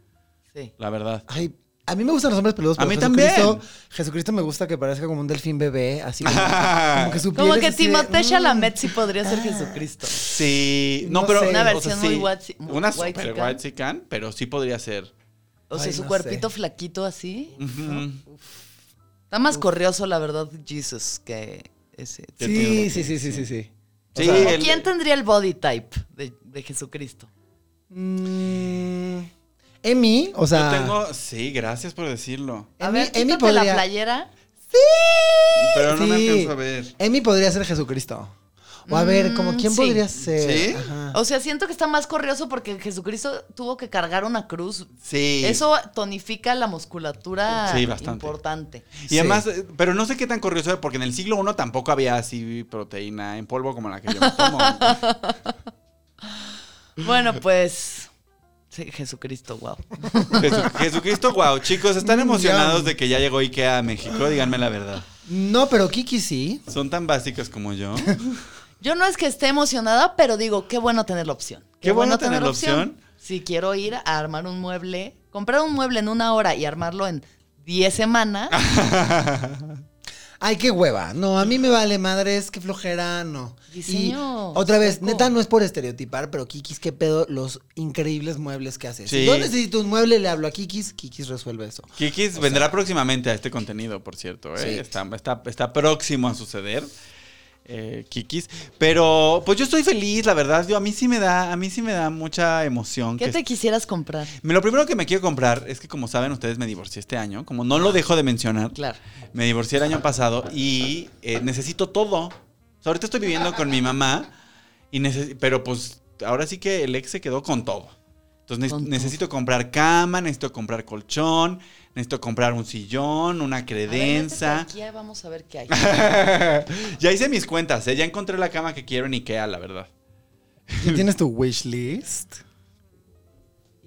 Sí. la verdad. Ay, a mí me gustan los hombres peludos, A pero mí Jesucristo, también. Jesucristo me gusta que parezca como un delfín bebé, así como, como que "Mm". su piel Como es que así de, Timothée mm. Chalamet sí podría ser Jesucristo. Sí, no, No pero sé. Una versión muy guatsi- muy una super guaxican. guaxican, pero sí podría ser. O sea, Ay, su no cuerpito sé. flaquito así. Ujú. Está más corrioso, la verdad, Jesus, que ese. Sí, sí, sí, sí, sí, sí. Sí, ¿O el- ¿Quién tendría el body type de, de Jesucristo? Mm, Emi, o yo sea... tengo, sí, gracias por decirlo. A Emi- ver, Emi quítate la playera. Pero no me Sí. alcanzo a ver. Emi podría ser Jesucristo. O a ver, como quién Mm, sí. podría ser. ¿Sí? Ajá. O sea, siento que está más corrioso porque Jesucristo tuvo que cargar una cruz. Sí. Eso tonifica la musculatura Sí, bastante. importante. Y además, eh, pero no sé qué tan corrioso era, porque en el siglo I tampoco había así proteína en polvo como la que yo me tomo. Bueno, pues. sí, Jesucristo, wow. Jesu- Jesucristo, wow. Chicos, Mm, están emocionados de que ya llegó IKEA a México, díganme la verdad. No, pero Kiki sí. Son tan básicos como yo. Yo no es que esté emocionada, pero digo, qué bueno tener la opción. Qué bueno tener la opción. Si quiero ir a armar un mueble, comprar un mueble en una hora y armarlo en 10 semanas, Ah, Ay, qué hueva. No, a mí me vale madres, qué flojera, no. Diseño, Y otra vez, poco. neta, no es por estereotipar, pero Kikis, qué pedo los increíbles muebles que hace. Sí. Si yo necesito un mueble, le hablo a Kikis, Kikis resuelve eso. Kikis vendrá próximamente a este contenido, por cierto. ¿eh? Sí. Está, está- está próximo a suceder. eh, Kikis, pero pues yo estoy feliz, la verdad. Yo a mí sí me da, a mí sí me da mucha emoción. ¿qué que te quisieras comprar? Me- Lo primero que me quiero comprar es que, como saben ustedes, me divorcié este año. Como no Ah. lo dejo de mencionar, Claro. me divorcié el año pasado y eh, necesito todo. O sea, ahorita estoy viviendo con mi mamá, y neces- pero pues ahora sí que el ex se quedó con todo. Entonces ne- Con todo. necesito comprar cama, necesito comprar colchón, necesito comprar un sillón, una A ver, vete credenza. por aquí, ahí vamos a ver qué hay. ya hice mis cuentas, ¿eh? ya encontré la cama que quiero en Ikea, la verdad. ¿Ya ¿Tienes tu wish list?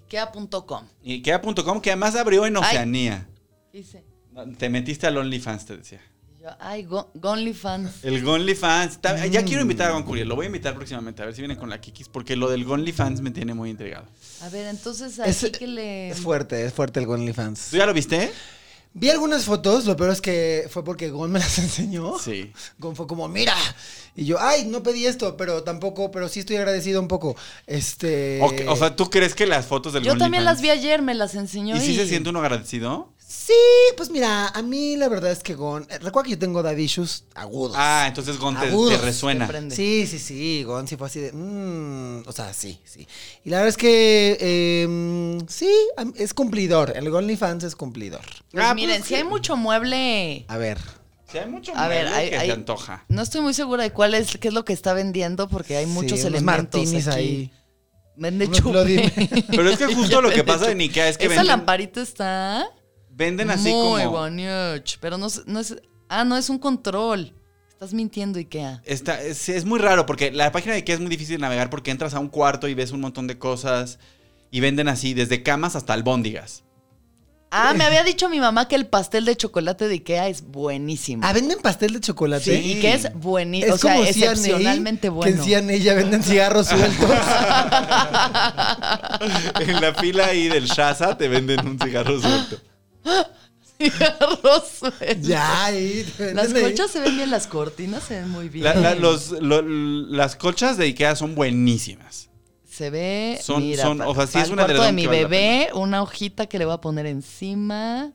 Ikea.com. Ikea.com, que además abrió en Ay. Oceanía. Dice. Te metiste al OnlyFans, te decía. y Yo, ay, Go- Gonly Fans. El Gonly Fans. Ta- Ya quiero invitar a Gon Curiel. Lo voy a invitar próximamente. A ver si viene con la Kikis. Porque lo del Gonly Fans me tiene muy intrigado. A ver, entonces Es- así que le. Es fuerte, es fuerte el OnlyFans. ¿Tú ya lo viste? Vi algunas fotos, lo peor es que fue porque Gon me las enseñó. Sí. Gon fue como, mira. Y yo, ay, no pedí esto, pero tampoco, pero sí estoy agradecido un poco. Este. O, o sea, ¿tú crees que las fotos del Yo Gonly también las Fans- vi ayer, me las enseñó. ¿Y si se siente uno agradecido? Sí, pues mira, a mí la verdad es que Gon. eh, Recuerda que yo tengo daddy issues agudos. Ah, entonces Gon te, te Agudos, resuena. siempre. Prende. Sí, sí, sí, Gon sí fue así de. mm, o sea, sí, sí. Y la verdad es que. eh, sí, am- es cumplidor. El OnlyFans es cumplidor. Pues Ah, miren, pues, si hay mucho mueble. A ver. Si hay mucho A ver, mueble hay- que hay- te antoja. No estoy muy segura de cuál es, qué es lo que está vendiendo, porque hay muchos sí, unos elementos. martinis aquí. ahí. Vende Unos Bloody chupe. Mary. Pero es que justo lo que Vende pasa en chupe. Ikea es que Esa venden- lamparita está. Venden así muy como. bonito, Pero no, es- no es. Ah, no, es un control. Estás mintiendo, Ikea. Está, es, es muy raro porque la página de Ikea es muy difícil de navegar porque entras a un cuarto y ves un montón de cosas y venden así, desde camas hasta albóndigas. Ah, me había dicho mi mamá que el pastel de chocolate de Ikea es buenísimo. Ah, venden pastel de chocolate. Sí. Y que es buenísimo. O Es sea, como CNA, excepcionalmente Que bueno. en CNA ya venden cigarros sueltos. en la fila ahí del Shaza te venden un cigarro suelto. Cigarros sueltos. ya, ahí. te venden Las ahí. colchas se ven bien, las cortinas se ven muy bien. La- la- los- lo- las colchas de Ikea son buenísimas. se ve. Son- mira, son- pa- o sea, sí pa- es el una de cuarto las de que mi vale la bebé, una hojita que le voy a poner encima.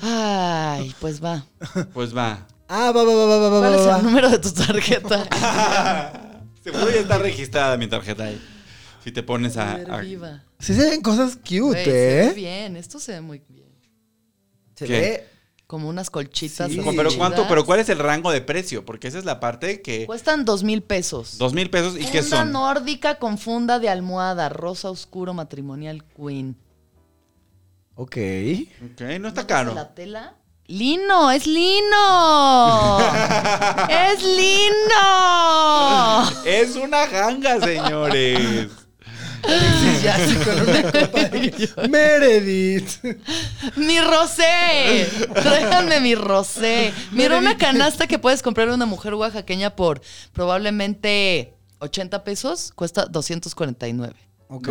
Ay, pues va. Pues va. Ah, va, va, va, va, va, va, ¿Cuál es el va, va. número de tu tarjeta? Seguro ya está registrada mi tarjeta ahí. Si te pones a. a- Viva. Sí se ven cosas cute, Güey, se ve ¿eh? bien, esto se ve muy bien. Se ¿Qué? ve. Como unas colchitas. Sí. así pero chidas. cuánto, pero cuál es el rango de precio, porque esa es la parte que. Cuestan dos mil pesos. Dos mil pesos y qué Funda son. nórdica con funda de almohada, rosa oscuro matrimonial queen. Ok. Ok, no está ¿Ves caro. ¿La tela? Lino, es lino. es lino. Es una ganga, señores. Ya, así con una copa de- Meredith. Mi rosé. Tráiganme mi rosé. Mira una canasta que puedes comprar a una mujer oaxaqueña por probablemente 80 pesos, cuesta 249. Ok.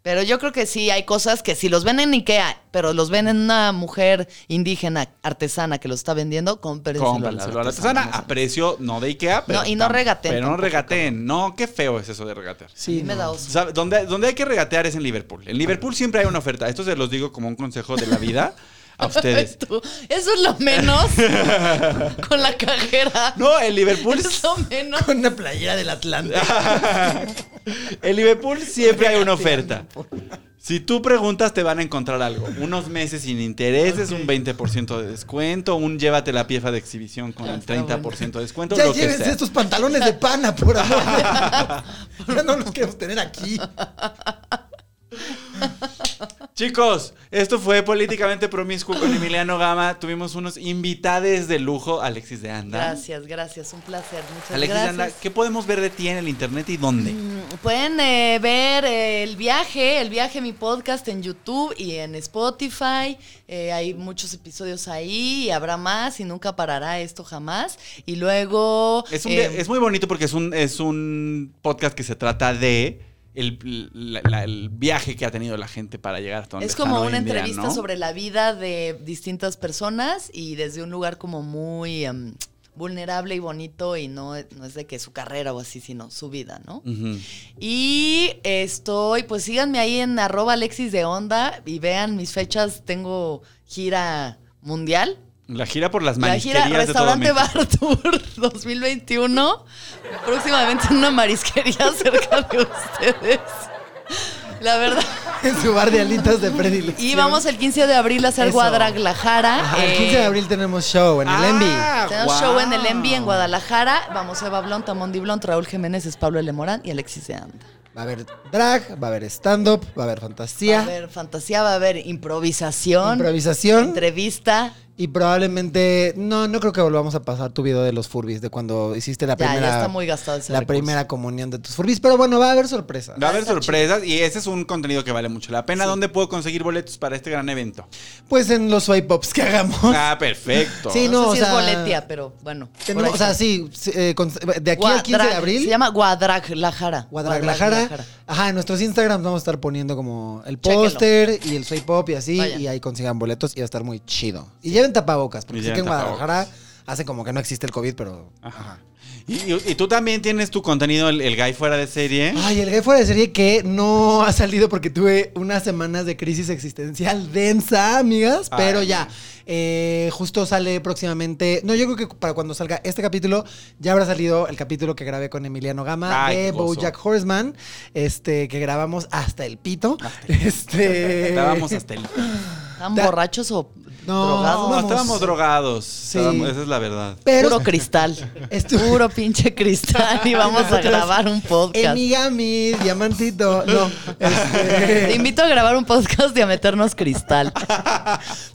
Pero yo creo que sí, hay cosas que si los ven en Ikea, pero los ven en una mujer indígena, artesana que los está vendiendo, cómprenselo a Cómprala, las la artesana artesanas, a no sé. precio no de Ikea, pero. No, y no tam- regateen Pero no tampoco, regateen. No, qué feo es eso de regatear. A mí me da oso. ¿Sabe? Donde, donde hay que regatear es en Liverpool. En Liverpool siempre hay una oferta. Esto se los digo como un consejo de la vida a ustedes. Tú, Eso es lo menos con la cajera. No, en Liverpool. es lo menos. Con una playera del Ah, Atlante. en Liverpool siempre hay una oferta. Si tú preguntas, te van a encontrar algo. Unos meses sin intereses, un 20% de descuento, un llévate la pieza de exhibición con el 30% de descuento, Ya lo que llévense sea. estos pantalones de pana, por amor. de Dios. ya no los queremos tener aquí. Chicos, esto fue Políticamente Promiscuo con Emiliano Gama. Tuvimos unos invitades de lujo, Alexis de Anda. Gracias, gracias. Un placer. Muchas Alexis de Pues gracias. Mm, Anda, ¿qué podemos ver de ti en el internet y dónde? Pueden eh, ver eh, el viaje, el viaje, mi podcast en YouTube y en Spotify. Eh, hay muchos episodios ahí y habrá más y nunca parará esto jamás. Y luego. Es, un- eh, es muy bonito porque es un, es un podcast que se trata de el, la- la- el viaje que ha tenido la gente para llegar hasta donde es están como hoy una en día, entrevista ¿no? sobre la vida de distintas personas y desde un lugar como muy em, vulnerable y bonito y no, no es de que su carrera o así, sino su vida, ¿no? Ujú. Y estoy, pues síganme ahí en arroba Alexis de Onda y vean mis fechas. Tengo gira mundial. La gira por las La gira marisquerías de todo Restaurante México. Bar Tour 2021. Próximamente en una marisquería cerca de ustedes. La verdad. En su bar de alitas de predilección. Y vamos el 15 de abril a hacer Eso. Guadalajara. Ajá, El Eh, 15 de abril tenemos show en el Envy. Ah, Tenemos guau. show en el Envy en Guadalajara. Vamos Eva Blont, Tamondi Blont, Raúl Jiménez, es Pablo Lemorán y Alexis de Anda. Va a haber drag, va a haber stand-up, va a haber fantasía, Va a haber fantasía, va a haber improvisación, improvisación entrevista, Y probablemente, no, no creo que volvamos a pasar tu video de los Furbis, de cuando hiciste la Ya, ya primera. está muy gastado ese La recurso. primera comunión de tus Furbis, pero bueno, va a haber sorpresa. Va a haber sorpresas y ese es un contenido que vale mucho la pena. ¿Dónde puedo conseguir boletos para este gran evento? Pues en los swipe ups que hagamos. Ah, perfecto. Pues, Sí, No, no, sé o si sea, es boletia, pero bueno. por tenemos- ahí o sea, está. sí, sí, eh, con- de aquí al 15 de Guadrag- abril. Se llama Guadalajara. Guadalajara. Ajá, en nuestros Instagrams vamos a estar poniendo como el Chéquenlo. póster y el swipe pop y así, Vayan. y ahí consigan boletos y va a estar muy chido. Y lleven tapabocas, porque Y sé que en lleven tapabocas. Guadalajara hace como que no existe el COVID, pero. Ajá. Y, y- y tú también tienes tu contenido, el, el guy fuera de serie. Ay, el gay fuera de serie que no ha salido porque tuve unas semanas de crisis existencial densa, amigas, pero Ay. ya. Eh, justo sale próximamente. No, yo creo que para cuando salga este capítulo ya habrá salido el capítulo que grabé con Emiliano Gama Ay, de qué gozo. BoJack Horseman, este que grabamos hasta el pito. Este Estábamos hasta el. ¿Están Ta- borrachos o No, drogados? No, vamos. estábamos drogados. Estábamos- esa es la verdad. pero Puro cristal. Estu- Puro pinche cristal. Y vamos a Nosotros- grabar un podcast. Emigami, diamantito, no. este- Te invito a grabar un podcast y a meternos cristal.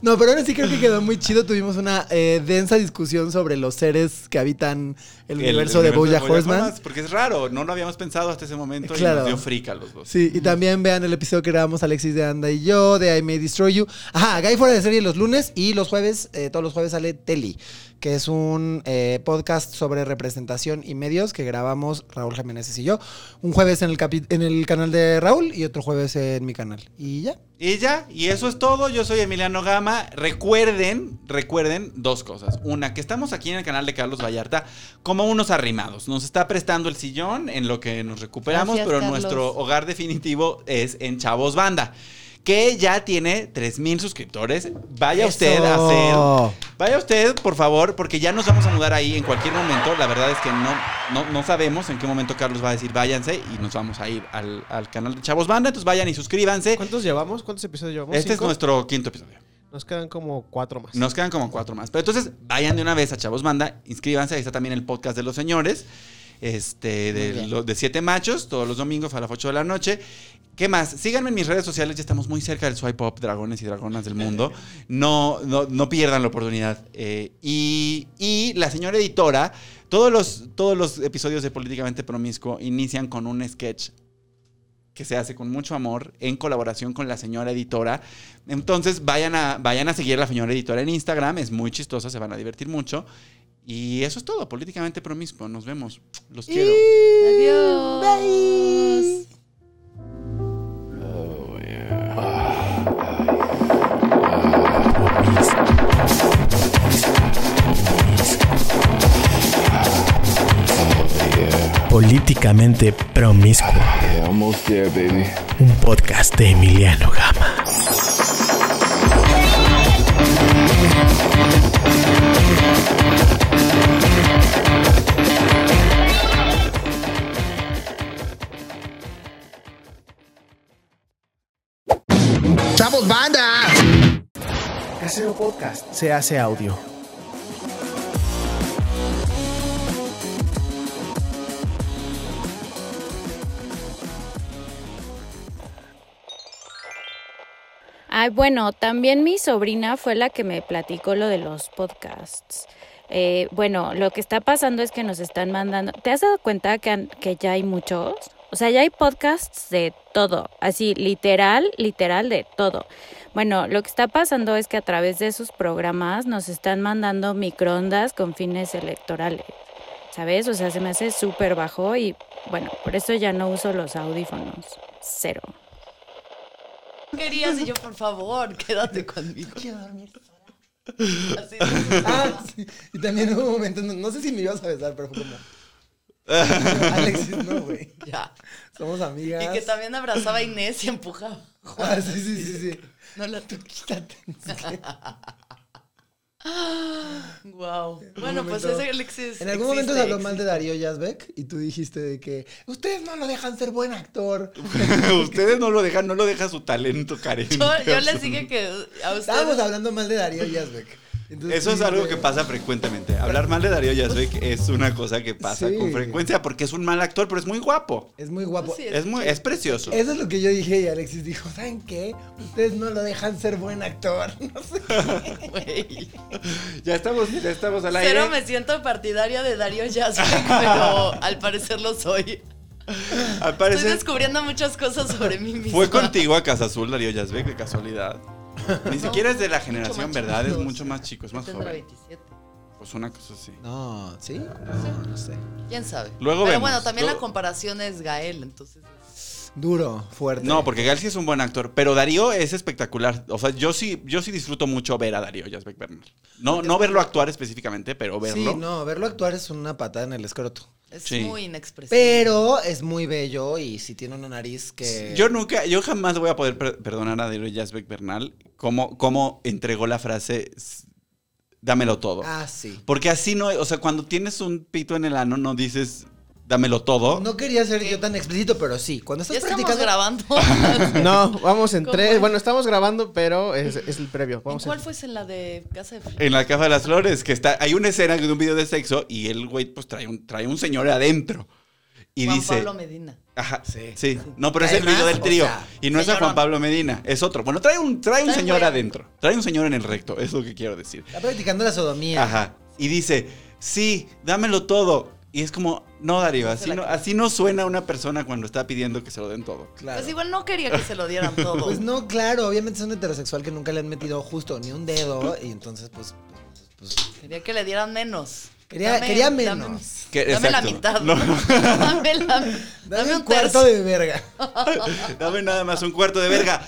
No, pero ahora sí creo que quedó muy chido. Tuvimos una eh, densa discusión sobre los seres que habitan el, universo de Boya BoJack Horseman. Horseman, Porque es raro, no lo habíamos pensado hasta ese momento y Claro. nos dio frica a los dos. Sí, y también vean el episodio que grabamos Alexis de Anda y yo, de I May Destroy You. Ajá, Guy Fuera de Serie los lunes y los jueves, eh, todos los jueves sale Teli, que es un eh, podcast sobre representación y medios que grabamos Raúl Jiménez y yo. Un jueves en el, capi- en el canal de Raúl y otro jueves en mi canal. Y ya. Y ya, y eso es todo. Yo soy Emiliano Gama. Recuerden, recuerden dos cosas. Una, que estamos aquí en el canal de Carlos Vallarta como unos arrimados. Nos está prestando el sillón en lo que nos recuperamos, Gracias, pero Carlos. nuestro hogar definitivo es en Chavos Banda. Que ya tiene 3000 suscriptores. Vaya usted a hacer Eso. Vaya usted, por favor, porque ya nos vamos a mudar ahí en cualquier momento. La verdad es que no, no, no sabemos en qué momento Carlos va a decir váyanse y nos vamos a ir al, al canal de Chavos Banda. Entonces vayan y suscríbanse. ¿Cuántos llevamos? ¿Cuántos episodios llevamos? Este es ¿Cinco? nuestro quinto episodio. Nos quedan como cuatro más. Nos quedan como cuatro más. Pero entonces vayan de una vez a Chavos Banda, inscríbanse. Ahí está también el podcast de los señores, este, de, los de siete machos, todos los domingos a las 8 de la noche. ¿Qué más? Síganme en mis redes sociales, ya estamos muy cerca del swipe up, dragones y dragonas del mundo. No, no, no pierdan la oportunidad. Eh, y, y la señora editora, todos los, todos los episodios de Políticamente Promiscuo inician con un sketch que se hace con mucho amor en colaboración con la señora editora. Entonces vayan a, vayan a seguir a la señora editora en Instagram, es muy chistosa, se van a divertir mucho. Y eso es todo, políticamente promiscuo. Nos vemos. Los quiero. Adiós. Políticamente promiscuo. Yeah, almost there, baby. Un podcast de Emiliano Gama. ¡Chavos, banda! Casero Podcast se hace audio. Ay, bueno, también mi sobrina fue la que me platicó lo de los podcasts. Eh, bueno, lo que está pasando es que nos están mandando. ¿Te has dado cuenta que, han- que ya hay muchos? O sea, ya hay podcasts de todo, así literal, literal de todo. Bueno, lo que está pasando es que a través de sus programas nos están mandando microondas con fines electorales, ¿sabes? O sea, se me hace súper bajo y bueno, por eso ya no uso los audífonos. Cero. Querías y yo, por favor, quédate conmigo. Quiero dormir Así Ah, sí. Y también hubo un momento, no, no sé si me ibas a besar, pero fue como. Alexis, no, güey. ya. Somos amigas. Y que también abrazaba a Inés y empujaba. Ah, sí, sí, sí, sí. No la Tú quítate. Wow. Bueno, pues momento- ese Alexis. En algún momento se habló mal de Darío Yazbek y tú dijiste de que ustedes no lo dejan ser buen actor. Ustedes no lo dejan, no lo deja su talento carente. Yo, yo les dije que a ustedes. Estábamos hablando mal de Darío Yazbek. Y Entonces, Eso es sí, algo güey. que pasa frecuentemente. Hablar mal de Darío Yazbek es una cosa que pasa Sí. con frecuencia porque es un mal actor, pero es muy guapo. Es muy guapo. Es muy, es precioso. Eso es lo que yo dije y Alexis dijo, ¿saben qué? Ustedes no lo dejan ser buen actor. No sé. Ya estamos, ya estamos al aire. Cero me siento partidaria de Darío Yazbek, pero al parecer lo soy. Estoy Al parecer descubriendo muchas cosas sobre mí misma. fue contigo a Casa Azul Darío Yazbek de casualidad. Ni siquiera es de la generación, ¿verdad? Es mucho más chico, es más Tendrá joven. 27. Pues una cosa así. No, ¿sí? No, no sé. ¿Quién sabe? Luego Pero vemos. bueno, también la Luego- comparación es Gael, entonces. Duro, fuerte. No, porque Gael sí es un buen actor, pero Darío es espectacular. O sea, yo sí, yo sí disfruto mucho ver a Darío Yazbek Bernal. No, no verlo actuar específicamente, pero verlo. Sí, no, verlo actuar es una patada en el escroto. Es Sí. muy inexpresivo. Pero es muy bello y si tiene una nariz que... Yo nunca, yo jamás voy a poder per- perdonar a Darío Yazbek Bernal como, como entregó la frase "S- dámelo todo. Ah, sí. Porque así no, o sea, cuando tienes un pito en el ano no dices dámelo todo. No quería ser yo tan explícito, pero sí. Cuando Ya estás estamos practicando... grabando. No, vamos en ¿Cómo tres. es? Bueno, estamos grabando, pero es, es el previo. ¿En Vamos en- cuál fue en la de Casa de Fl- En la Caja de las Flores, que está, hay una escena de un video de sexo y el güey pues trae un, trae un señor adentro. Y Juan dice. Pablo Medina? Ajá, Sí. sí. No, pero es el Además, video del o trío. sea, y no es a señorón. Juan Pablo Medina, es otro. Bueno, trae un, trae un Trae un señor güey. adentro. Trae un señor en el recto, es lo que quiero decir. Está practicando la sodomía. Ajá. Y dice, sí, dámelo todo. Y es como, no, Darío, así no, así no suena una persona cuando está pidiendo que se lo den todo. Claro. Pues igual no quería que se lo dieran todo. Pues no, claro, obviamente es un heterosexual que nunca le han metido justo ni un dedo y entonces pues... pues, pues, Quería que le dieran menos. Quería- Dame- quería dame- menos. Que- dame la exacto. mitad. No. dame la- dame dame un un cuarto tercio. de verga. Dame nada más un cuarto de verga.